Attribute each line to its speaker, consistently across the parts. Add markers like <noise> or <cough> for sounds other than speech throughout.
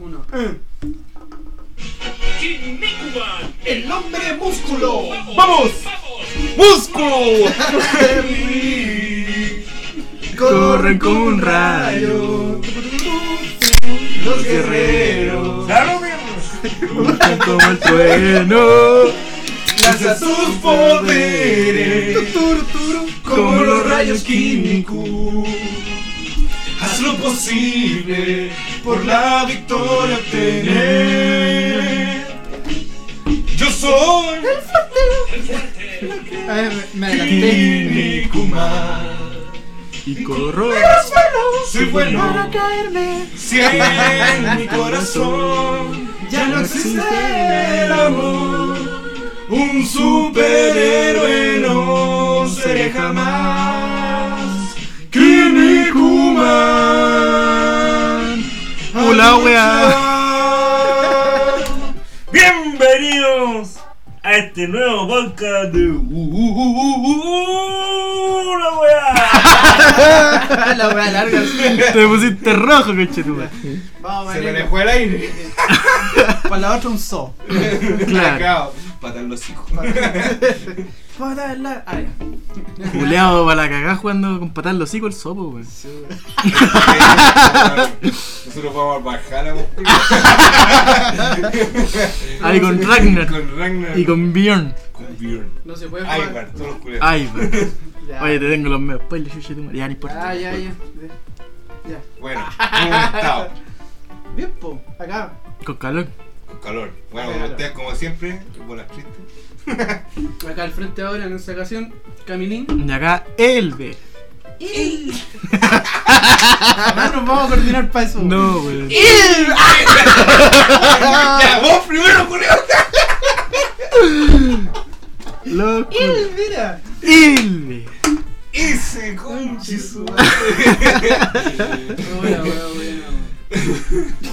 Speaker 1: bueno.
Speaker 2: El hombre músculo.
Speaker 1: ¡Vamos! ¡Músculo!
Speaker 2: <laughs> Corren como un rayo. Los guerreros.
Speaker 1: Luchan como el trueno.
Speaker 2: Lanza sus poderes.
Speaker 1: Tuturu, tuturu.
Speaker 2: Como los rayos químicos. Haz lo posible por la victoria obtener. Yo soy
Speaker 3: A ver, me
Speaker 1: <laughs>
Speaker 3: adelanté.
Speaker 2: Kinnikuman.
Speaker 1: Y corro.
Speaker 2: Soy bueno,
Speaker 3: caerme.
Speaker 2: si en mi corazón ya no existe el amor. Un superhéroe no seré jamás. Kinnikuman.
Speaker 1: Hola,
Speaker 4: Bienvenidos a este nuevo podcast de una wea.
Speaker 1: Ah,
Speaker 3: La wea larga.
Speaker 1: Te pusiste rojo, cochetuba.
Speaker 3: <laughs> Vamos,
Speaker 2: Se me
Speaker 3: marico.
Speaker 2: dejó el aire.
Speaker 3: Para la otra un so.
Speaker 1: Claro.
Speaker 2: Claro. Patar los hijos. <laughs>
Speaker 3: Para la. Ah, ya.
Speaker 1: Juleado para la cagá jugando con patar los hocico el sopo, weón.
Speaker 2: Nosotros vamos al Valhalla, weón.
Speaker 1: Ahí con Ragnar.
Speaker 2: Con Ragnar.
Speaker 1: Y con Ah. Bjorn.
Speaker 2: Con Bjorn.
Speaker 3: <laughs> No se puede
Speaker 2: Ay,
Speaker 3: jugar.
Speaker 2: Bartolo Culeo.
Speaker 1: Ay, weón.
Speaker 3: Ya.
Speaker 1: Oye, te tengo los medios spoilers, chuche tu madre. Ya, no importa.
Speaker 3: Ah, ya, ya. Ya.
Speaker 2: Bueno, ¿cómo han estado?
Speaker 3: Bien, po. Acá.
Speaker 1: Con calor.
Speaker 2: Con calor. Bueno,
Speaker 3: Claro.
Speaker 2: ustedes como siempre, con bolas
Speaker 1: <laughs>
Speaker 2: tristes.
Speaker 3: Acá al frente ahora en esta ocasión.
Speaker 1: <laughs>
Speaker 3: Caminín.
Speaker 1: Y acá, Elbe.
Speaker 3: ¡Il! Jamás Ah, nos vamos a coordinar para eso.
Speaker 1: No, weón.
Speaker 3: ¡Il! Ah,
Speaker 1: Ah.
Speaker 2: ¡Ya, vos primero, Culeo!
Speaker 1: Loco.
Speaker 3: ¡Il! <laughs> Mira.
Speaker 1: Elbe.
Speaker 2: Ese conchizo.
Speaker 3: Buena, buena, buena.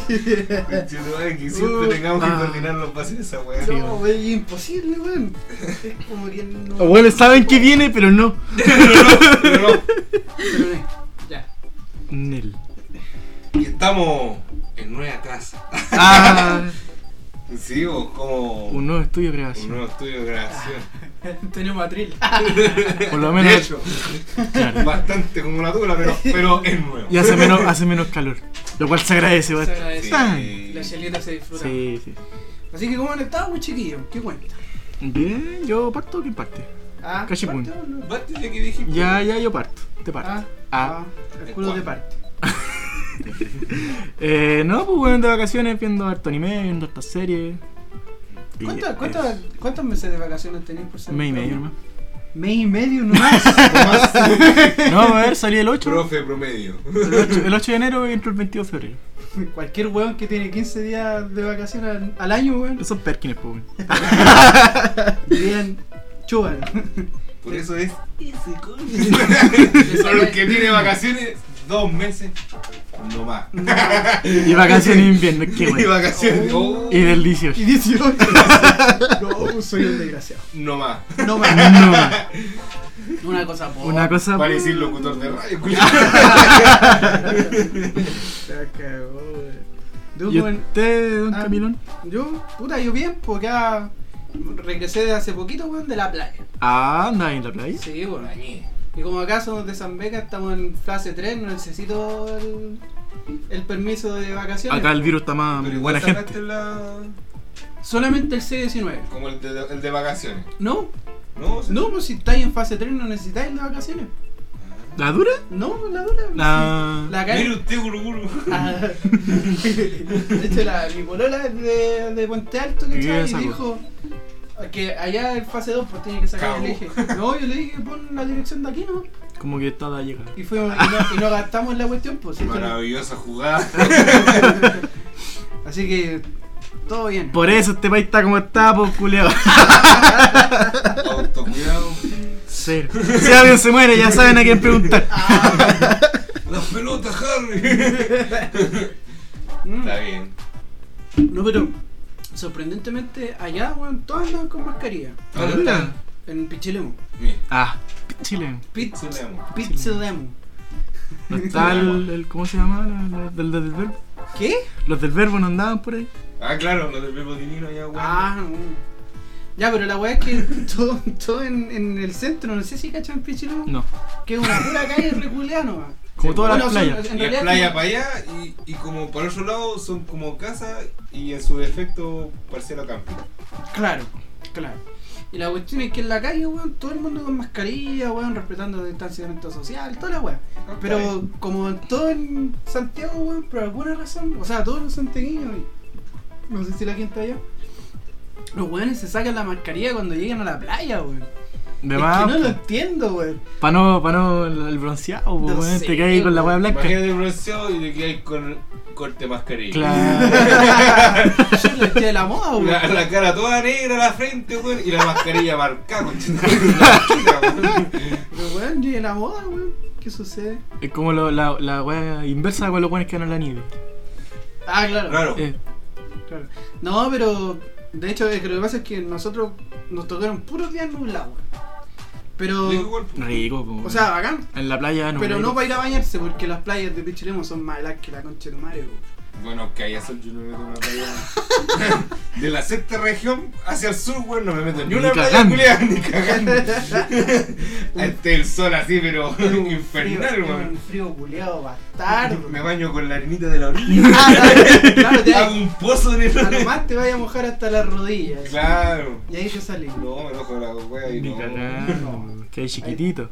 Speaker 2: que siempre
Speaker 3: Uh,
Speaker 2: tengamos que
Speaker 1: ah.
Speaker 2: coordinar los pases de esa weá.
Speaker 1: Sí.
Speaker 3: No, es imposible, weón. Es como que no.
Speaker 1: Bueno, saben que viene, pero no.
Speaker 2: Pero no.
Speaker 3: Pero no. Ya. <laughs>
Speaker 1: Nel.
Speaker 2: Y estamos en nueva casa.
Speaker 1: Ah,
Speaker 2: Sí, vos, como
Speaker 1: un nuevo estudio de
Speaker 2: un
Speaker 1: grabación.
Speaker 2: nuevo estudio de grabación.
Speaker 3: Tenemos atril.
Speaker 1: Por lo
Speaker 2: De
Speaker 1: menos.
Speaker 2: hecho,
Speaker 1: Claro.
Speaker 2: bastante como la tula, pero, pero es nuevo.
Speaker 1: Y hace menos, hace menos calor. Lo cual se agradece,
Speaker 3: Se
Speaker 1: weón.
Speaker 3: agradece.
Speaker 1: Sí.
Speaker 3: La chelita se disfruta.
Speaker 1: Sí, sí.
Speaker 3: Así que, ¿cómo han estado, pues, chiquillos? ¿Qué cuenta?
Speaker 1: Bien, yo parto, ¿quién parte?
Speaker 3: Ah,
Speaker 1: Cachipún.
Speaker 3: ¿parte o no?
Speaker 2: Aparte de que dije,
Speaker 1: Ya, ya, yo parto. Te parto.
Speaker 3: Ah,
Speaker 1: Ah.
Speaker 3: ah, el culo de parte. Ah.
Speaker 1: Eh, no, pues bueno, de vacaciones viendo harto anime, viendo hartas series. Y,
Speaker 3: ¿Cuánto-
Speaker 1: eh,
Speaker 3: cuánto- ¿Cuántos meses de vacaciones tenéis por semana?
Speaker 1: Mes y medio nomás.
Speaker 3: Mes y medio nomás.
Speaker 1: <laughs> No, a ver, salí el
Speaker 2: <laughs>
Speaker 1: 8.
Speaker 2: profe promedio.
Speaker 1: El 8, el 8 de enero y entro el 22 de febrero.
Speaker 3: Cualquier weón que tiene 15 días de vacaciones al, al año, weón.
Speaker 1: Esos Perkins, pues. weón.
Speaker 3: Bien, chúbalo.
Speaker 2: Por eso es
Speaker 4: Ese
Speaker 1: <laughs>
Speaker 4: conche.
Speaker 2: solo el que tiene vacaciones dos meses, no más.
Speaker 1: Y vacaciones de invierno, qué
Speaker 2: <laughs> Y
Speaker 1: bueno.
Speaker 2: vacaciones, oh,
Speaker 1: Y del
Speaker 3: <laughs>
Speaker 1: 18.
Speaker 3: Y 18.
Speaker 1: <laughs>
Speaker 3: No, soy un desgraciado.
Speaker 2: no más.
Speaker 1: <laughs>
Speaker 3: No Oh,
Speaker 1: No,
Speaker 3: mames.
Speaker 1: man.
Speaker 3: Una cosa poca.
Speaker 1: una cosa.
Speaker 2: Para decir locutor de radio, culiao.
Speaker 3: <laughs>
Speaker 1: <laughs>
Speaker 3: Se cagó, weón. Tú,
Speaker 1: ¿Y
Speaker 3: weón,
Speaker 1: usted, don
Speaker 3: Ah.
Speaker 1: Camilón?
Speaker 3: Yo, puta, yo bien, porque acá regresé de hace poquito, weón, de la playa.
Speaker 1: Ah, anda en la playa.
Speaker 3: Sí, weón. Y como acá somos de San Beca, estamos en fase 3, no necesito el, el permiso de vacaciones.
Speaker 1: Acá el virus está más
Speaker 2: Pero igual
Speaker 1: buena
Speaker 2: sacaste
Speaker 1: gente.
Speaker 2: la...
Speaker 3: Solamente el C19.
Speaker 2: Como el de, el de vacaciones.
Speaker 3: No,
Speaker 2: No,
Speaker 3: no, pues si estáis en fase 3 no necesitáis las vacaciones.
Speaker 1: ¿La dura?
Speaker 3: No, pues, la dura.
Speaker 1: La.
Speaker 3: La
Speaker 2: Mire
Speaker 3: calle.
Speaker 2: usted, guruguru.
Speaker 3: Ah. de hecho, la, mi polola es de, de Puente Alto,
Speaker 1: ¿Qué
Speaker 3: ¿cachai? Y
Speaker 1: esa, pues.
Speaker 3: dijo que allá en fase 2 pues tiene que sacar.
Speaker 2: Cabo.
Speaker 3: Yo le dije, no, yo le dije, pon la dirección de aquí, ¿no?
Speaker 1: Como que está la llega.
Speaker 3: Y fuimos, y no, y no gastamos en la cuestión,
Speaker 1: <laughs>
Speaker 3: pues. ¿cachai?
Speaker 2: Maravillosa jugada. <laughs>
Speaker 3: <laughs> Así que, todo bien.
Speaker 1: Por eso este país está como está, pues culiao.
Speaker 2: Autocuidado.
Speaker 1: Cero. Si alguien se muere, ya saben a quién preguntar.
Speaker 2: Las pelotas, Harry. <laughs>
Speaker 3: Mm.
Speaker 2: Está bien.
Speaker 3: No, pero sorprendentemente allá, weón, todas andan con mascarilla.
Speaker 2: Ahora
Speaker 1: ¿Dura?
Speaker 3: En Pichilemu.
Speaker 2: Bien.
Speaker 1: Ah, chile.
Speaker 2: Solemos.
Speaker 3: Pichilemu.
Speaker 1: No está el, el- ¿Cómo se llama? La- la- Del del del verbo.
Speaker 3: ¿Qué?
Speaker 1: Los del verbo no andaban por ahí.
Speaker 2: Ah, claro, los del verbo divino ya, weón.
Speaker 3: Ah, no. Ya, pero la weá es que <laughs> todo, todo en, en el centro, no sé si cachan Pichilú,
Speaker 1: No.
Speaker 3: que es una pura calle reculeano, weón.
Speaker 1: Como todas las
Speaker 3: son-
Speaker 1: playas.
Speaker 3: En
Speaker 2: Y es
Speaker 3: realidad,
Speaker 2: playa
Speaker 3: como-
Speaker 2: para allá y, y como para el otro lado son como casa y en su defecto parcela camping.
Speaker 3: Claro, claro. Y la cuestión es que en la calle, weón, todo el mundo con mascarilla, weón, respetando el distanciamiento social, toda la weá.
Speaker 2: Ok.
Speaker 3: Pero como en todo en Santiago, weón, por alguna razón, o sea, todos los santiaguinos, y no sé si la gente allá, los weones se sacan la mascarilla cuando llegan a la playa, weón.
Speaker 1: De
Speaker 3: es
Speaker 1: más,
Speaker 3: que no lo entiendo,
Speaker 1: <laughs>
Speaker 3: weón.
Speaker 1: pa' no, pa' no el el bronceado, pues,
Speaker 3: No
Speaker 1: weón,
Speaker 3: sé,
Speaker 1: te caes con la weá blanca.
Speaker 2: Imagínate el bronceado y te quedas con corte mascarilla.
Speaker 1: Claro.
Speaker 3: Yo le eché de la moda, weón.
Speaker 2: La, la cara toda negra, la frente, weón, y la mascarilla marcada,
Speaker 3: <laughs>
Speaker 2: conchetumare, la esquina, weón.
Speaker 3: Pero weón, yo de la moda, weón. ¿Qué sucede?
Speaker 1: es como lo- la, la weá inversa con los weones que van en la nieve.
Speaker 3: Ah, claro.
Speaker 2: Claro.
Speaker 1: Eh,
Speaker 3: Claro. No, pero de hecho es que lo que pasa es que nosotros nos tocaron puros días nublados. weón. Pero,
Speaker 2: Digo, weón, pues,
Speaker 1: rico, pues,
Speaker 3: o
Speaker 1: weón.
Speaker 3: sea, bacán.
Speaker 1: en la playa no.
Speaker 3: pero
Speaker 1: weón.
Speaker 3: no para ir a bañarse porque las playas de Pichilemo son más heladas que la concha de tu madre, weón.
Speaker 2: Bueno, que allá son yo no me meto en una playa. <laughs> De la sexta región hacia el sur, weón, no me meto ni
Speaker 1: Ni
Speaker 2: una playa
Speaker 1: cagando.
Speaker 2: culiada, ni cagando. <laughs> Este el sol así, pero <laughs> infernal,
Speaker 3: Frío, Un
Speaker 2: weón.
Speaker 3: frío culeado
Speaker 2: <laughs>
Speaker 3: bastardo.
Speaker 2: Me baño con la arenita de la
Speaker 1: <laughs>
Speaker 2: orilla.
Speaker 3: Ah,
Speaker 2: <laughs>
Speaker 3: claro, claro, te
Speaker 2: Hago
Speaker 3: vas-
Speaker 2: un pozo
Speaker 1: Ah,
Speaker 2: en
Speaker 3: a lo
Speaker 2: el
Speaker 3: más te vayas a mojar hasta las rodillas.
Speaker 2: Claro.
Speaker 3: Y ahí
Speaker 2: <laughs>
Speaker 3: yo salí.
Speaker 2: No, me enojo de la wea y
Speaker 1: Ni
Speaker 2: no.
Speaker 1: cagando,
Speaker 3: No.
Speaker 1: Que hay chiquitito.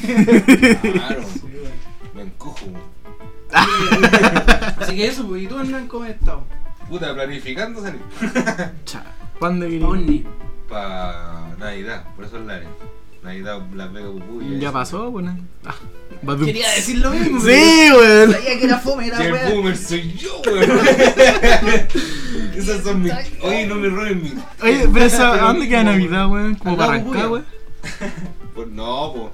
Speaker 2: Claro,
Speaker 3: Sí, weón.
Speaker 2: me encojo. weón.
Speaker 3: Así que eso, pues, ¿y tú Hernán cómo has estado?
Speaker 2: Puta, planificando salir.
Speaker 1: Cha. ¿Cuándo quería?
Speaker 3: Onni.
Speaker 2: Pa' Navidad, por eso es la arena. Navidad, Las Vegas, Pupuy.
Speaker 1: Ya pasó, pues. nada. Ah, badum.
Speaker 3: Quería decir lo mismo.
Speaker 1: Sí, <laughs> weón.
Speaker 3: Sabía que era fome, era
Speaker 2: Y el
Speaker 3: weá.
Speaker 2: boomer soy yo,
Speaker 3: <laughs>
Speaker 2: weón. Esas son mis. Oye, no me roben mi.
Speaker 1: Oye, pero esa, ¿a dónde queda Navidad, weón? Como
Speaker 3: Al lado de
Speaker 1: para arrancar,
Speaker 3: Buya.
Speaker 1: weón.
Speaker 2: Pues no, po.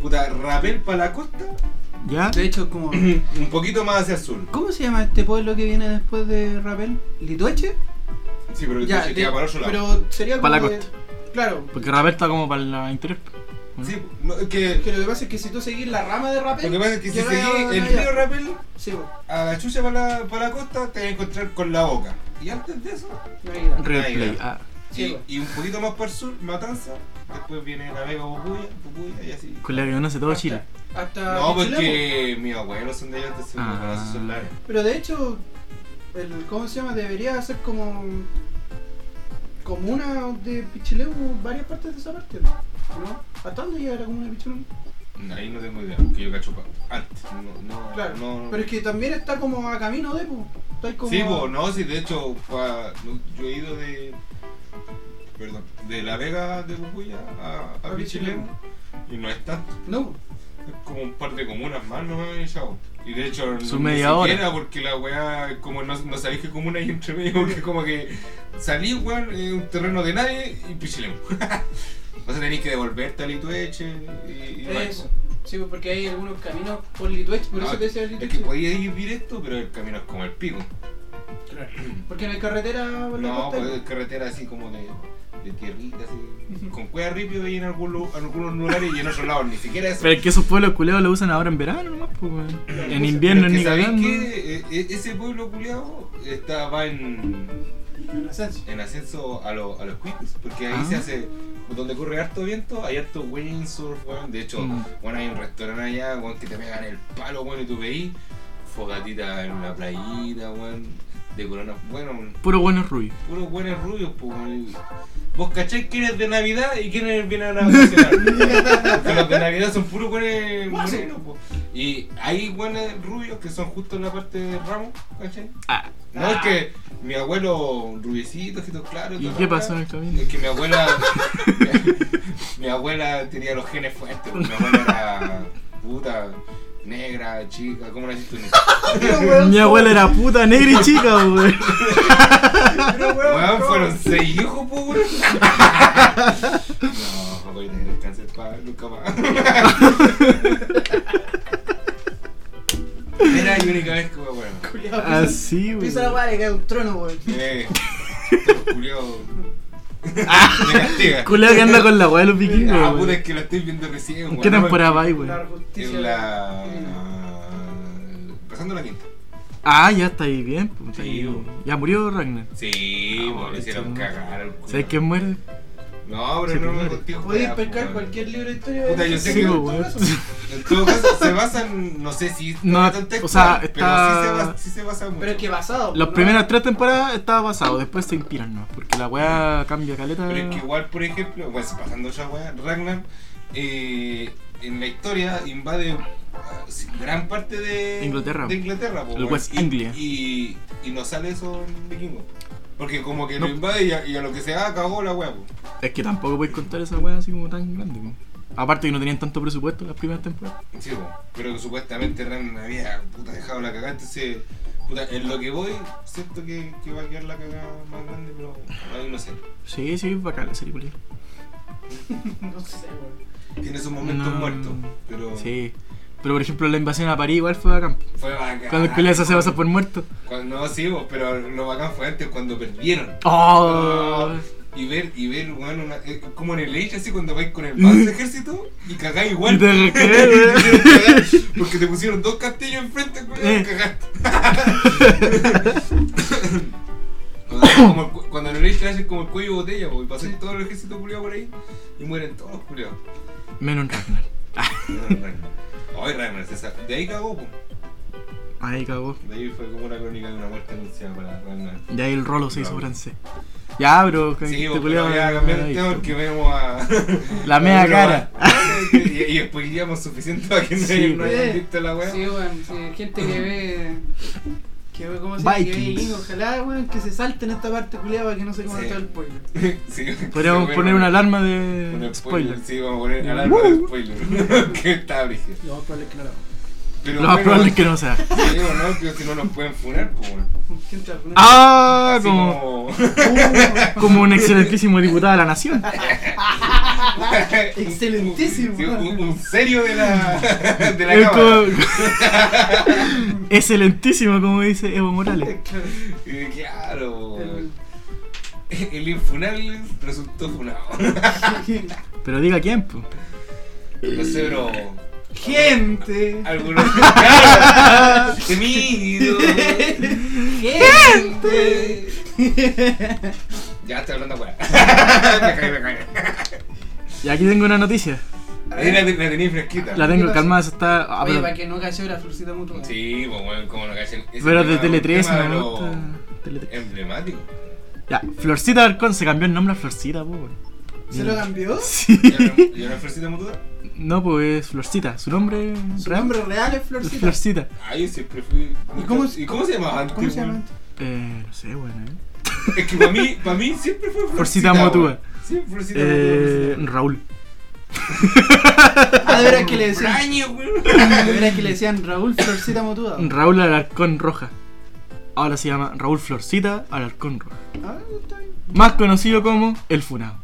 Speaker 2: Puta, rapel para la costa. <clears throat>
Speaker 1: ¿Ya?
Speaker 3: De hecho, como.
Speaker 2: Un poquito más hacia el sur.
Speaker 3: ¿Cómo se llama este pueblo que viene después de Rapel? ¿Litueche?
Speaker 2: Sí, pero ya,
Speaker 3: de-
Speaker 2: queda para el otro lado.
Speaker 3: pero sería como.
Speaker 1: Para la
Speaker 3: de- Claro.
Speaker 1: Porque Rafael está como para la interior.
Speaker 2: Sí, po. no, es que.
Speaker 3: Que lo que pasa es que si tú seguís la rama de Rapel.
Speaker 2: Lo que pasa es que si
Speaker 3: llegas
Speaker 2: seguís el
Speaker 3: allá.
Speaker 2: río rapel
Speaker 3: Sí, pues,
Speaker 2: a la chucha para la, pa' la costa, te vas a encontrar con la boca. Y antes de eso,
Speaker 3: ahí da.
Speaker 1: River
Speaker 2: Ahí
Speaker 1: Plate.
Speaker 2: va.
Speaker 1: Ah,
Speaker 3: Sí,
Speaker 2: y,
Speaker 3: pues. po.
Speaker 2: y un poquito más para el sur, Matanza. Después viene la Vega, Pupuya, Pupuya y así.
Speaker 1: con la que conoce todo Chile.
Speaker 3: Hasta.
Speaker 2: No, pues
Speaker 3: Pichilemu.
Speaker 2: porque mis abuelos son de allá, entonces
Speaker 1: Ah.
Speaker 2: me conocen sus lares.
Speaker 3: Pero de hecho, el, ¿cómo se llama? Debería ser como. Comuna de Pichilemu, varias partes de esa parte. ¿No? ¿Hasta dónde llega la comuna de Pichilemu?
Speaker 2: Ahí no tengo idea, porque yo cacho pa- antes. No, no,
Speaker 3: Claro,
Speaker 2: no.
Speaker 3: pero es que también está como a camino de, pues. Está como.
Speaker 2: Sí, po, no, sí, de hecho, pa- no, yo he ido de. Perdón, de La Vega de Bucuya a, a
Speaker 3: A Pichilemu.
Speaker 2: Pichilemu, y no es tanto.
Speaker 3: No, po.
Speaker 2: Es como un par de comunas más, no me han echado. eh, Y de hecho,
Speaker 1: Son
Speaker 2: ni
Speaker 1: media hora.
Speaker 2: siquiera porque la weá, como no, no sabéis qué comuna hay entre medio, porque como que salí, weón, en un terreno de nadie y pues <laughs> Pichilemu. Entonces tenéis que devolverte a Litueche y. y
Speaker 3: Eso. Sí, pues, porque hay algunos caminos por Lituech, por
Speaker 2: No,
Speaker 3: eso te decía
Speaker 2: Es
Speaker 3: Lituech.
Speaker 2: que podía ir directo, pero el camino es como el pico.
Speaker 3: Porque no hay carretera por la
Speaker 2: No,
Speaker 3: costa.
Speaker 2: pues es carretera así como de, de tierrita, así. Con cueva ripio y en, algún lu- en algunos lugares y en otros lados, ni siquiera eso.
Speaker 1: Pero es que esos pueblos culeados lo usan ahora en verano nomás, pues, weón. En invierno
Speaker 2: Pero es
Speaker 1: ni
Speaker 2: que ¿sabéis
Speaker 1: cagando.
Speaker 2: qué? E- e- ese pueblo culiado está, va en,
Speaker 3: En ascenso.
Speaker 2: en ascenso a, lo- a los cuicos, porque ahí
Speaker 1: Ah.
Speaker 2: se hace, donde corre harto viento, hay harto windsurf, weón. De hecho,
Speaker 1: Mm.
Speaker 2: bueno, hay un restaurante allá, weón, que te pegan el palo, weón, y tú veís fogatita en la playita, weón, de corona, bueno,
Speaker 1: Puro buenos rubios.
Speaker 2: puros buenos rubios, pues. Vos cacháis que eres de Navidad y quiénes vienen a
Speaker 1: <laughs>
Speaker 2: vacacionar. Porque los de Navidad son puros buenos morenos, po. Y hay buenos rubios que son justo en la parte de Ramos, ¿cachai?
Speaker 1: Ah,
Speaker 2: No, es que mi abuelo rubiecito, ojitos claros.
Speaker 1: ¿y
Speaker 2: toda
Speaker 1: qué
Speaker 2: la
Speaker 1: pasó en
Speaker 2: weá.
Speaker 1: el camino?
Speaker 2: Es que mi abuela. <laughs> mi, abuela tenía los genes fuertes, pues. Mi abuela era puta, negra, chica, ¿cómo la hiciste?
Speaker 1: <laughs> Mi abuela era puta negra y chica, weón.
Speaker 2: Weón, fueron seis hijos, po,
Speaker 1: <laughs>
Speaker 2: weón. No, voy a tener el cáncer pa, nunca
Speaker 1: <laughs>
Speaker 2: más. Era la única vez que weón. bueno. Ah,
Speaker 1: Así,
Speaker 3: Pisa la
Speaker 1: weón.
Speaker 3: guay, que es un trono, weón.
Speaker 1: <laughs>
Speaker 2: Eh, este culiao. Me
Speaker 1: <laughs>
Speaker 2: castiga.
Speaker 1: Culeado que anda con la weá de los vikingos,
Speaker 2: Ah, puta,
Speaker 1: Ah. weón.
Speaker 2: es que la estoy viendo recién,
Speaker 1: ¿En
Speaker 2: weón.
Speaker 1: qué
Speaker 2: No me-
Speaker 1: temporada vais,
Speaker 3: La
Speaker 1: weón?
Speaker 3: justicia.
Speaker 2: En la. Pasando la quinta.
Speaker 1: Ah, ya está ahí bien. pues, está ahí
Speaker 2: Sí,
Speaker 1: bien.
Speaker 2: bo.
Speaker 1: ya murió Ragnar.
Speaker 2: Sí,
Speaker 1: Ah,
Speaker 2: pues lo hicieron
Speaker 1: sí.
Speaker 2: cagar. al culo.
Speaker 1: ¿Sabes quién muere?
Speaker 2: No, pero
Speaker 1: Sí,
Speaker 2: no me
Speaker 1: primero.
Speaker 2: contigo.
Speaker 3: Podéis
Speaker 2: weá,
Speaker 3: pescar
Speaker 2: pues.
Speaker 3: cualquier libro de historia.
Speaker 2: Puta, yo sé que-
Speaker 1: bo,
Speaker 3: todo
Speaker 1: weón.
Speaker 3: eso.
Speaker 2: En todo caso, se basan, no sé si.
Speaker 1: No,
Speaker 2: tan textual,
Speaker 1: o sea,
Speaker 2: Pero
Speaker 1: está-
Speaker 2: sí se, basa, sí se basa mucho.
Speaker 3: Pero es que basado.
Speaker 1: Las
Speaker 3: ¿no?
Speaker 1: primeras tres temporadas estaba pasado, después se inspiran, ¿no? Porque la weá cambia caleta.
Speaker 2: Pero es que igual, por ejemplo, pues, pasando ya, weá, Ragnar eh, en la historia invade ah, sí, gran parte de
Speaker 1: Inglaterra.
Speaker 2: De Inglaterra po,
Speaker 1: El
Speaker 2: weón.
Speaker 1: West
Speaker 2: Y-
Speaker 1: Anglia.
Speaker 2: Y, y no sale eso en vikingos. Porque como que
Speaker 1: No.
Speaker 2: lo invade y a, y a lo que se haga cagó la pues. weá. po.
Speaker 1: Es que tampoco podéis contar esa weá así como tan grande. po. Aparte que no tenían tanto presupuesto las primeras temporadas.
Speaker 2: Sí, po. pero que supuestamente Ragnar había puta, dejado la cagada. Entonces, puta, en lo que voy, siento que, que va a quedar la cagada más grande, pero ahí no sé.
Speaker 1: Sí, sí, bacán la serie, culiao.
Speaker 3: No sé, weón.
Speaker 2: Tiene sus momentos
Speaker 1: No.
Speaker 2: muertos, pero
Speaker 1: Sí. Pero por ejemplo, la invasión a París igual fue bacán.
Speaker 2: fue bacán.
Speaker 1: Cuando el culiao se hace pasar por muerto.
Speaker 2: Cuando, no, sí, vos, pero lo bacán fue antes cuando perdieron. Ah,
Speaker 1: ¡Oh!
Speaker 2: Y ver, y ver, weón, una- eh, como en el Age, así cuando vais con el bando de ejército y cagás igual.
Speaker 1: Mm. Y te recreé,
Speaker 2: <laughs> Y te
Speaker 1: weón.
Speaker 2: cagás, Porque te pusieron dos castillos enfrente, weón,
Speaker 1: Eh.
Speaker 2: cagaste. <laughs> Cuando, como el cu- cuando en el Age hacen como el cuello de botella, po, y pasan todo el ejército culiado por ahí y mueren todos los culiados.
Speaker 1: Menos Ragnar.
Speaker 2: Ay, Ragnar, se sa- de ahí cagó, po.
Speaker 1: Ahí cagó.
Speaker 2: De ahí fue como una crónica de una muerte anunciada para Ragnar.
Speaker 1: Y ahí el rolo se hizo
Speaker 2: Bravo.
Speaker 1: francés. Ya, bro. que
Speaker 2: Sí,
Speaker 1: este
Speaker 2: vos,
Speaker 1: culiao-
Speaker 2: pero ya cambiar el tema porque vemos a.
Speaker 1: <laughs>
Speaker 2: <laughs>
Speaker 1: La media cara.
Speaker 2: y, y después iríamos suficiente para que
Speaker 1: Sí, pues.
Speaker 2: no
Speaker 3: weón.
Speaker 2: hayan visto la weá.
Speaker 3: Sí, weón. sí, gente que ve. Que ve cómo se llama, que ve
Speaker 1: Vikings.
Speaker 3: Vikings. Ojalá, weón, que se salten esta parte culiada para que no se coma
Speaker 2: Sí.
Speaker 3: todo el pollo.
Speaker 2: <laughs> Sí,
Speaker 1: Podríamos
Speaker 2: sí,
Speaker 1: poner
Speaker 2: bueno,
Speaker 1: una alarma
Speaker 2: un spoiler.
Speaker 1: de spoiler. Uh.
Speaker 2: Sí, vamos a poner alarma de spoiler. <laughs> que está brígido.
Speaker 3: Lo más probable es que no lo hago.
Speaker 2: Pero
Speaker 1: Lo más
Speaker 2: bueno,
Speaker 1: probable es que no sea.
Speaker 2: sí, bueno, no, que si no nos pueden funar, pues bueno.
Speaker 3: ¿Quién te va a poner?
Speaker 1: ¡Ah!
Speaker 2: Así
Speaker 1: Como,
Speaker 2: como.
Speaker 1: como un excelentísimo diputado de
Speaker 2: <laughs>
Speaker 1: la nación.
Speaker 3: Ah, Excelentísimo.
Speaker 2: Sí, un, un serio de la. <laughs> de la
Speaker 1: Es
Speaker 2: cámara.
Speaker 1: como- <laughs> Excelentísimo, como dice Evo Morales.
Speaker 3: Claro.
Speaker 2: Y <laughs> claro,
Speaker 3: El-
Speaker 2: <laughs> el infunable resultó funado.
Speaker 1: Pero diga quién, po.
Speaker 2: No sé, bro.
Speaker 3: Gente. <laughs>
Speaker 2: Algunos. <laughs> ¡Claro! ¡Temido!
Speaker 3: Gente.
Speaker 2: Ya estoy hablando weá. Me cae, me cae.
Speaker 1: Y aquí tengo una noticia.
Speaker 2: <laughs> Ahí la, la tenéis fresquita.
Speaker 1: La tengo calmada, se está. ah,
Speaker 3: Oye,
Speaker 1: pero,
Speaker 3: para que no cayó la florcita mutua.
Speaker 2: Sí, pues bueno, como no cachen. Ese
Speaker 1: pero de
Speaker 2: tema-
Speaker 1: Tele 3,
Speaker 2: tema
Speaker 1: no
Speaker 2: de
Speaker 1: me
Speaker 2: lo
Speaker 1: gusta. Tele 3.
Speaker 2: Emblemático.
Speaker 1: Ya, Florcita Alarcón se cambió el nombre a Florcita, po. weón.
Speaker 3: ¿Se lo cambió?
Speaker 1: <laughs> Sí.
Speaker 2: ¿Ya no- ya no es fresita mutua?
Speaker 1: No, pues Florcita. Su nombre
Speaker 3: Su
Speaker 1: real
Speaker 3: nombre real es
Speaker 1: es
Speaker 3: Florcita.
Speaker 1: Florcita.
Speaker 2: Ah, yo siempre fui.
Speaker 3: ¿Y cómo-
Speaker 2: ¿Y cómo se llamaba antes?
Speaker 3: ¿Cómo se llama?
Speaker 2: weón?
Speaker 3: antes?
Speaker 1: Eh, no sé, bueno, eh.
Speaker 2: Es que para mí, para mí siempre fue
Speaker 1: Florcita
Speaker 2: weón.
Speaker 1: Motúa.
Speaker 2: Sí, Florcita
Speaker 1: eh
Speaker 2: Motúa.
Speaker 1: Raúl.
Speaker 3: Ah, de veras que le decían.
Speaker 2: Año, weón.
Speaker 3: De veras que le decían Raúl Florcita Motuda.
Speaker 1: Raúl Alarcón Roja. Ahora se llama Raúl Florcita Alarcón Roja.
Speaker 3: Ah, está bien.
Speaker 1: Más conocido como El Funado.